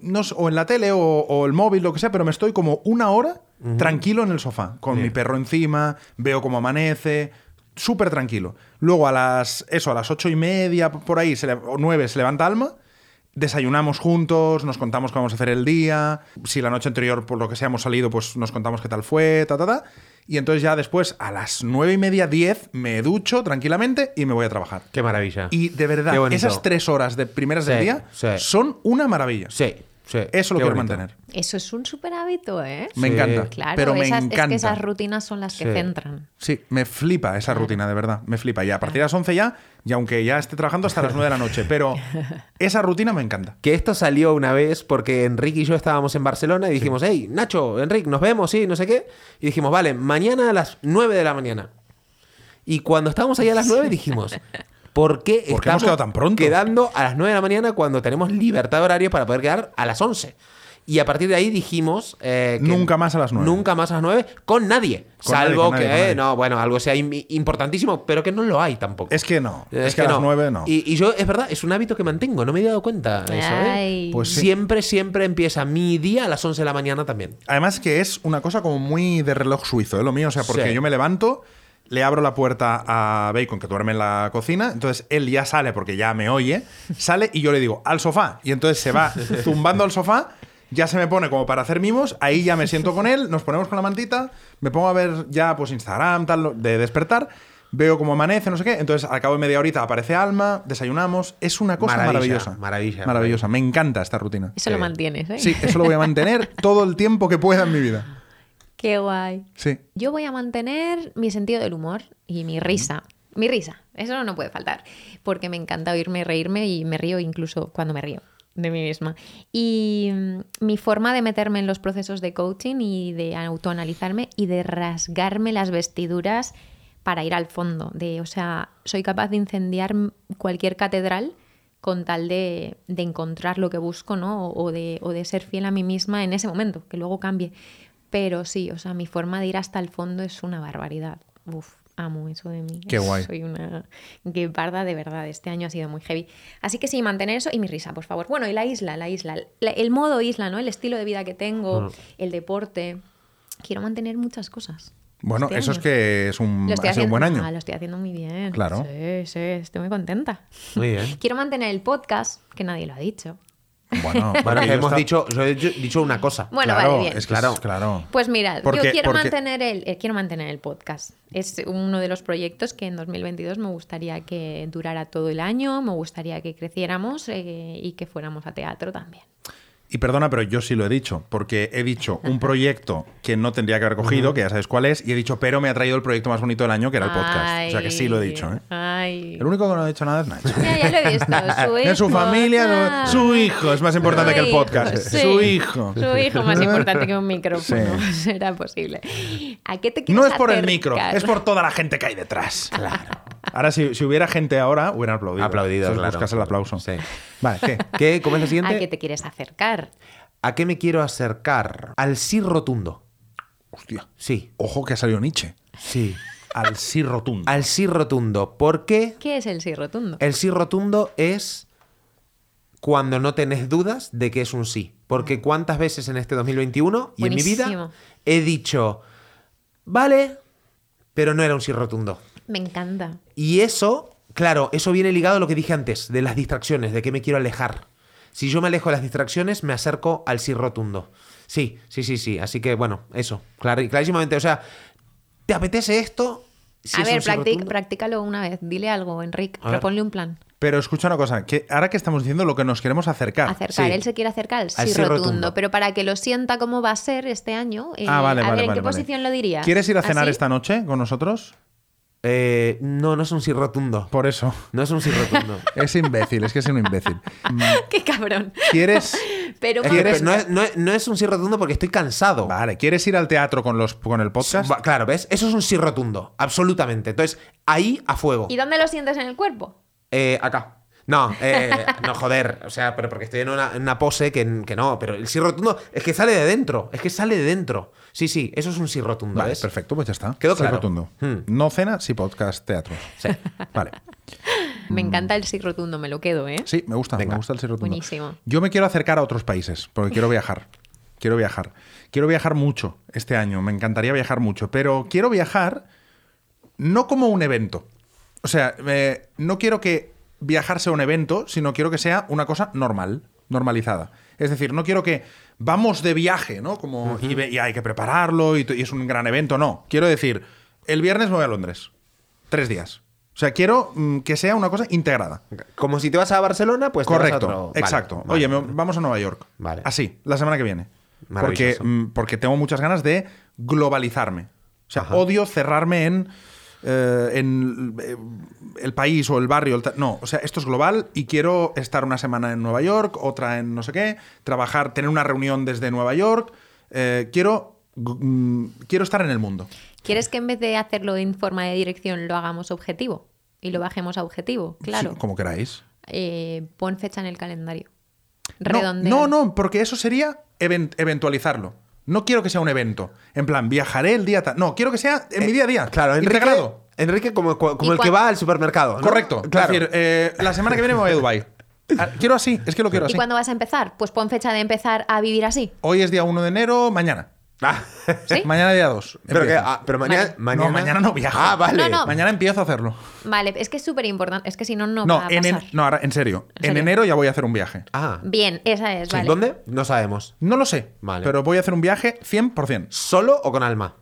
Speaker 3: no sé, o en la tele o, o el móvil, lo que sea, pero me estoy como una hora tranquilo en el sofá, con mi perro encima, veo cómo amanece, súper tranquilo. Luego a las, eso, a las ocho y media, por ahí, se le- o nueve, se levanta Alma, desayunamos juntos, nos contamos qué vamos a hacer el día, si la noche anterior por lo que sea hemos salido, pues nos contamos qué tal fue, ta, ta, ta. Y entonces ya después, a las nueve y media, diez, me ducho tranquilamente y me voy a trabajar.
Speaker 1: Qué maravilla.
Speaker 3: Y de verdad,
Speaker 1: Qué bonito.
Speaker 3: esas tres horas de primeras del
Speaker 1: Sí,
Speaker 3: día
Speaker 1: sí.
Speaker 3: son una maravilla.
Speaker 1: Sí, sí.
Speaker 3: Eso lo
Speaker 1: Qué
Speaker 3: quiero
Speaker 1: bonito.
Speaker 3: mantener.
Speaker 2: Eso es un super hábito, ¿eh?
Speaker 3: Me
Speaker 1: Sí.
Speaker 3: encanta.
Speaker 2: Claro,
Speaker 3: pero me
Speaker 2: esas-
Speaker 3: encanta.
Speaker 2: es que esas rutinas son las que
Speaker 1: Sí.
Speaker 2: centran.
Speaker 3: Sí, me flipa esa rutina, de verdad. Me flipa. Y a partir de las 11 ya, y aunque ya esté trabajando hasta las 9 de la noche, pero esa rutina me encanta.
Speaker 1: Que esto salió una vez porque Enrique y yo estábamos en Barcelona y dijimos, hey, Nacho, Enrique, nos vemos, sí, no sé qué. Y dijimos, vale, mañana a las 9 de la mañana. Y cuando estábamos ahí a las 9 dijimos, ¿por qué,
Speaker 3: hemos quedado tan pronto?
Speaker 1: quedando a las 9 de la mañana cuando tenemos libertad de horario para poder quedar a las 11? Y a partir de ahí dijimos... eh, que
Speaker 3: Nunca más a las 9.
Speaker 1: Nunca más a las 9 con
Speaker 3: Con
Speaker 1: nadie.
Speaker 3: nadie,
Speaker 1: salvo
Speaker 3: con nadie,
Speaker 1: que, eh,
Speaker 3: con nadie.
Speaker 1: no, bueno, algo sea im- importantísimo, pero que no lo hay tampoco.
Speaker 3: Es que no. Es, que, a las 9 no.
Speaker 1: Y, y yo, es verdad, es un hábito que mantengo, no me he dado cuenta de eso, ¿eh?
Speaker 2: Ay.
Speaker 3: Pues sí.
Speaker 1: Siempre, siempre empieza mi día a las 11 de la mañana también.
Speaker 3: Además que es una cosa como muy de reloj suizo, ¿eh? lo mío. O sea, porque
Speaker 1: Sí.
Speaker 3: yo me levanto, le abro la puerta a Bacon, que duerme en la cocina, entonces él ya sale porque ya me oye, sale y yo le digo, al sofá. Y entonces se va zumbando al sofá, ya se me pone como para hacer mimos, ahí ya me siento con él, nos ponemos con la mantita, me pongo a ver ya pues Instagram, tal, lo- de despertar. Veo cómo amanece, no sé qué. Entonces, al cabo de media horita aparece Alma, desayunamos. Es una cosa
Speaker 1: Maravilla,
Speaker 3: maravillosa.
Speaker 1: maravilla,
Speaker 3: Maravillosa. Me encanta esta rutina.
Speaker 2: Eso lo mantienes, ¿eh?
Speaker 3: Sí, eso lo voy a mantener todo el tiempo que pueda en mi vida.
Speaker 2: Qué guay.
Speaker 3: Sí.
Speaker 2: Yo voy a mantener mi sentido del humor y mi risa. Mi risa, eso no puede faltar, porque me encanta oírme reírme y me río incluso cuando me río de mí misma. Y mm, mi forma de meterme en los procesos de coaching y de autoanalizarme y de rasgarme las vestiduras para ir al fondo, de, o sea, soy capaz de incendiar cualquier catedral con tal de, de encontrar lo que busco, ¿no? O, o de, o de ser fiel a mí misma en ese momento, que luego cambie. Pero sí, o sea, mi forma de ir hasta el fondo es una barbaridad. Uf, amo eso de mí.
Speaker 3: Qué guay.
Speaker 2: Soy una gueparda de verdad. Este año ha sido muy heavy. Así que sí, mantener eso y mi risa, por favor. Bueno, y la isla, la isla. la- el modo isla, ¿no? El estilo de vida que tengo,
Speaker 3: Mm.
Speaker 2: el deporte. Quiero mantener muchas cosas.
Speaker 3: Bueno,
Speaker 2: Este
Speaker 3: eso es
Speaker 2: año.
Speaker 3: que es un,
Speaker 2: Lo
Speaker 3: Mm, ha
Speaker 2: estoy
Speaker 3: sido
Speaker 2: haciendo,
Speaker 3: un buen año.
Speaker 2: Ah, lo estoy haciendo muy bien.
Speaker 3: Claro.
Speaker 2: Sí, sí, estoy muy contenta.
Speaker 1: Muy bien.
Speaker 2: Quiero mantener el podcast, que nadie lo ha dicho.
Speaker 3: Bueno,
Speaker 1: Bueno,
Speaker 3: porque
Speaker 1: que
Speaker 3: yo
Speaker 1: hemos
Speaker 3: esta-
Speaker 1: dicho, yo he dicho- dicho una cosa.
Speaker 2: Bueno,
Speaker 3: claro,
Speaker 2: vale, bien.
Speaker 3: es que
Speaker 1: Claro.
Speaker 3: es- claro.
Speaker 2: Pues mira,
Speaker 3: Porque-
Speaker 2: yo quiero
Speaker 3: porque-
Speaker 2: mantener el eh, quiero mantener el podcast. Es uno de los proyectos que en 2022 me gustaría que durara todo el año, me gustaría que creciéramos eh, y que fuéramos a teatro también.
Speaker 3: Y perdona, pero yo sí lo he dicho, porque he dicho un proyecto que no tendría que haber cogido, que ya sabes cuál es, y he dicho, pero me ha traído el proyecto más bonito del año, que era el podcast. o sea que sí lo he
Speaker 2: Ay,
Speaker 3: dicho, ¿eh?
Speaker 2: Ay.
Speaker 3: El único que no ha dicho nada es Nacho.
Speaker 2: Ya, ya lo he visto. Su hijo.
Speaker 3: En su familia,
Speaker 2: ah.
Speaker 3: su, su hijo es más importante
Speaker 2: Su
Speaker 3: que el
Speaker 2: hijo,
Speaker 3: podcast.
Speaker 2: sí.
Speaker 3: Su hijo.
Speaker 2: Su hijo más importante que un micrófono.
Speaker 3: Sí.
Speaker 2: Será posible. ¿A qué te quieres
Speaker 3: No es por el micro,
Speaker 2: acercar?
Speaker 3: es por toda la gente que hay detrás. Claro. Ahora, si, si hubiera gente ahora, hubieran aplaudido.
Speaker 1: Aplaudido,
Speaker 3: Si os
Speaker 1: claro.
Speaker 3: buscas el aplauso.
Speaker 1: Sí.
Speaker 3: Vale, ¿qué?
Speaker 1: ¿Qué? ¿Cómo es lo
Speaker 2: ¿A qué
Speaker 1: siguiente?
Speaker 2: te quieres acercar?
Speaker 1: ¿A qué me quiero acercar? Al sí rotundo.
Speaker 3: Hostia.
Speaker 1: Sí,
Speaker 3: Ojo que ha salido Nietzsche.
Speaker 1: sí.
Speaker 3: Al sí rotundo.
Speaker 1: Al sí rotundo. ¿Por qué?
Speaker 2: ¿Qué es el sí rotundo?
Speaker 1: El sí rotundo es cuando no tenés dudas de que es un sí. Porque cuántas veces en este 2021 y en mi vida
Speaker 2: Mm. Buenísimo.
Speaker 1: he dicho, vale, pero no era un sí rotundo.
Speaker 2: Me encanta.
Speaker 1: Y eso, claro, eso viene ligado a lo que dije antes, de las distracciones, de que me quiero alejar. Si yo me alejo de las distracciones, me acerco al sí rotundo. Sí, sí, sí, sí. Así que bueno, eso, clar- clarísimamente. O sea, ¿te apetece esto? Si
Speaker 2: a
Speaker 1: es
Speaker 2: ver,
Speaker 1: un sí
Speaker 2: practic-
Speaker 1: rotundo.
Speaker 2: practícalo una vez. Dile algo, Enrique.
Speaker 1: A ver.
Speaker 2: Proponle un plan.
Speaker 3: Pero escucha una cosa, que ahora que estamos diciendo lo que nos queremos acercar.
Speaker 2: Acercar.
Speaker 1: sí.
Speaker 2: Él se quiere acercar al sí,
Speaker 1: sí
Speaker 2: rotundo,
Speaker 1: rotundo.
Speaker 2: Pero para que lo sienta cómo va a ser este año. eh,
Speaker 3: ah, vale, vale,
Speaker 2: a ver, ¿en
Speaker 3: vale, vale.
Speaker 2: qué posición lo ¿Ah, dirías?
Speaker 3: ¿Quieres ir a cenar
Speaker 2: ¿Así?
Speaker 3: esta noche con nosotros?
Speaker 1: Eh, no, no es un sí rotundo.
Speaker 3: Por eso.
Speaker 1: No es un sí rotundo.
Speaker 3: Es imbécil, es que es un imbécil. Mm,
Speaker 2: ¡Qué cabrón!
Speaker 3: ¿Quieres,
Speaker 2: Pero
Speaker 1: Es que, pero no, es, no es- no es un sí rotundo porque estoy cansado.
Speaker 3: vale, ¿quieres ir al teatro con, los, con el podcast?
Speaker 1: Va- Claro, ¿ves? Eso es un sí rotundo, absolutamente. Entonces, ahí a fuego.
Speaker 2: ¿Y dónde lo sientes en el cuerpo?
Speaker 1: Eh, acá. No, eh, no joder. O sea, pero porque estoy en una, en una pose que, que no. Pero el sí rotundo es que sale de dentro. Es que sale de dentro. Sí, sí, eso es un sí rotundo.
Speaker 3: Vale,
Speaker 1: ¿ves?
Speaker 3: perfecto, pues ya está.
Speaker 1: Quedó
Speaker 3: Sí,
Speaker 1: claro.
Speaker 3: rotundo.
Speaker 1: Hmm.
Speaker 3: No cena, sí podcast, teatro.
Speaker 1: Sí.
Speaker 3: Vale.
Speaker 2: Me
Speaker 3: Mm.
Speaker 2: encanta el sí rotundo, me lo quedo, ¿eh?
Speaker 3: Sí, me gusta,
Speaker 1: Venga.
Speaker 3: me gusta el ser rotundo.
Speaker 2: Buenísimo.
Speaker 3: Yo me quiero acercar a otros países porque quiero viajar. Quiero viajar. Quiero viajar mucho este año, me encantaría viajar mucho, pero quiero viajar no como un evento. O sea, eh, no quiero que viajar sea un evento, sino quiero que sea una cosa normal, normalizada. Es decir, no quiero que vamos de viaje, ¿no? Como y, ve- y hay que prepararlo y, t- y es un gran evento, no. Quiero decir, el viernes me voy a Londres. Tres días. O sea, quiero mm, que sea una cosa integrada.
Speaker 1: Como si te vas a Barcelona, pues te vas a
Speaker 3: Correcto,
Speaker 1: otro- Vale,
Speaker 3: exacto.
Speaker 1: vale.
Speaker 3: Oye, me- vamos a Nueva York.
Speaker 1: Vale.
Speaker 3: Así, la semana que viene. Porque,
Speaker 1: Maravilloso.
Speaker 3: mm, porque tengo muchas ganas de globalizarme. O sea,
Speaker 1: Ajá.
Speaker 3: odio cerrarme en, eh, en eh, el país o el barrio. el ta- no, o sea, esto es global y quiero estar una semana en Nueva York, otra en no sé qué, trabajar, tener una reunión desde Nueva York. Eh, quiero, gu- mm, quiero estar en el mundo.
Speaker 2: ¿Quieres que en vez de hacerlo en forma de dirección lo hagamos objetivo? Y lo bajemos a objetivo, claro.
Speaker 3: Sí, como queráis.
Speaker 2: Eh, pon fecha en el calendario.
Speaker 3: No,
Speaker 2: Redondear.
Speaker 3: No, no, porque eso sería even- eventualizarlo. No quiero que sea un evento. En plan, viajaré el día tal. No, quiero que sea en mi día a día.
Speaker 1: Eh, Claro, Enrique.
Speaker 3: Integrado.
Speaker 1: Enrique como, como
Speaker 2: ¿Y
Speaker 1: el que
Speaker 2: cuán-
Speaker 1: va al supermercado. ¿no?
Speaker 3: Correcto.
Speaker 1: Claro.
Speaker 3: Es decir, eh, la semana que viene me voy a Dubai. Ah, Quiero así, es que lo quiero
Speaker 2: ¿Y
Speaker 3: así.
Speaker 2: cuándo vas a empezar? Pues pon fecha de empezar a vivir así.
Speaker 3: Hoy es día 1 de enero, mañana. Eh,
Speaker 1: Ah,
Speaker 2: ¿Sí?
Speaker 3: Mañana día 2.
Speaker 1: pero, que- ah, pero mañana,
Speaker 2: Vale.
Speaker 1: mañana.
Speaker 3: No, mañana no viajo.
Speaker 1: Ah, vale.
Speaker 2: No, no.
Speaker 3: Mañana empiezo a hacerlo.
Speaker 2: Vale, es que es súper importante. Es que si no, no, va
Speaker 3: No,
Speaker 2: a
Speaker 3: en, en-
Speaker 2: pasar.
Speaker 3: no, ahora, en serio.
Speaker 2: ¿En
Speaker 3: En
Speaker 2: serio?
Speaker 3: enero ya voy a hacer un viaje.
Speaker 1: Ah.
Speaker 2: Bien, esa es,
Speaker 1: Sí.
Speaker 2: vale.
Speaker 1: ¿Dónde? No sabemos.
Speaker 3: No lo sé,
Speaker 1: Vale.
Speaker 3: pero voy a hacer un viaje 100%.
Speaker 1: ¿Solo o con alma?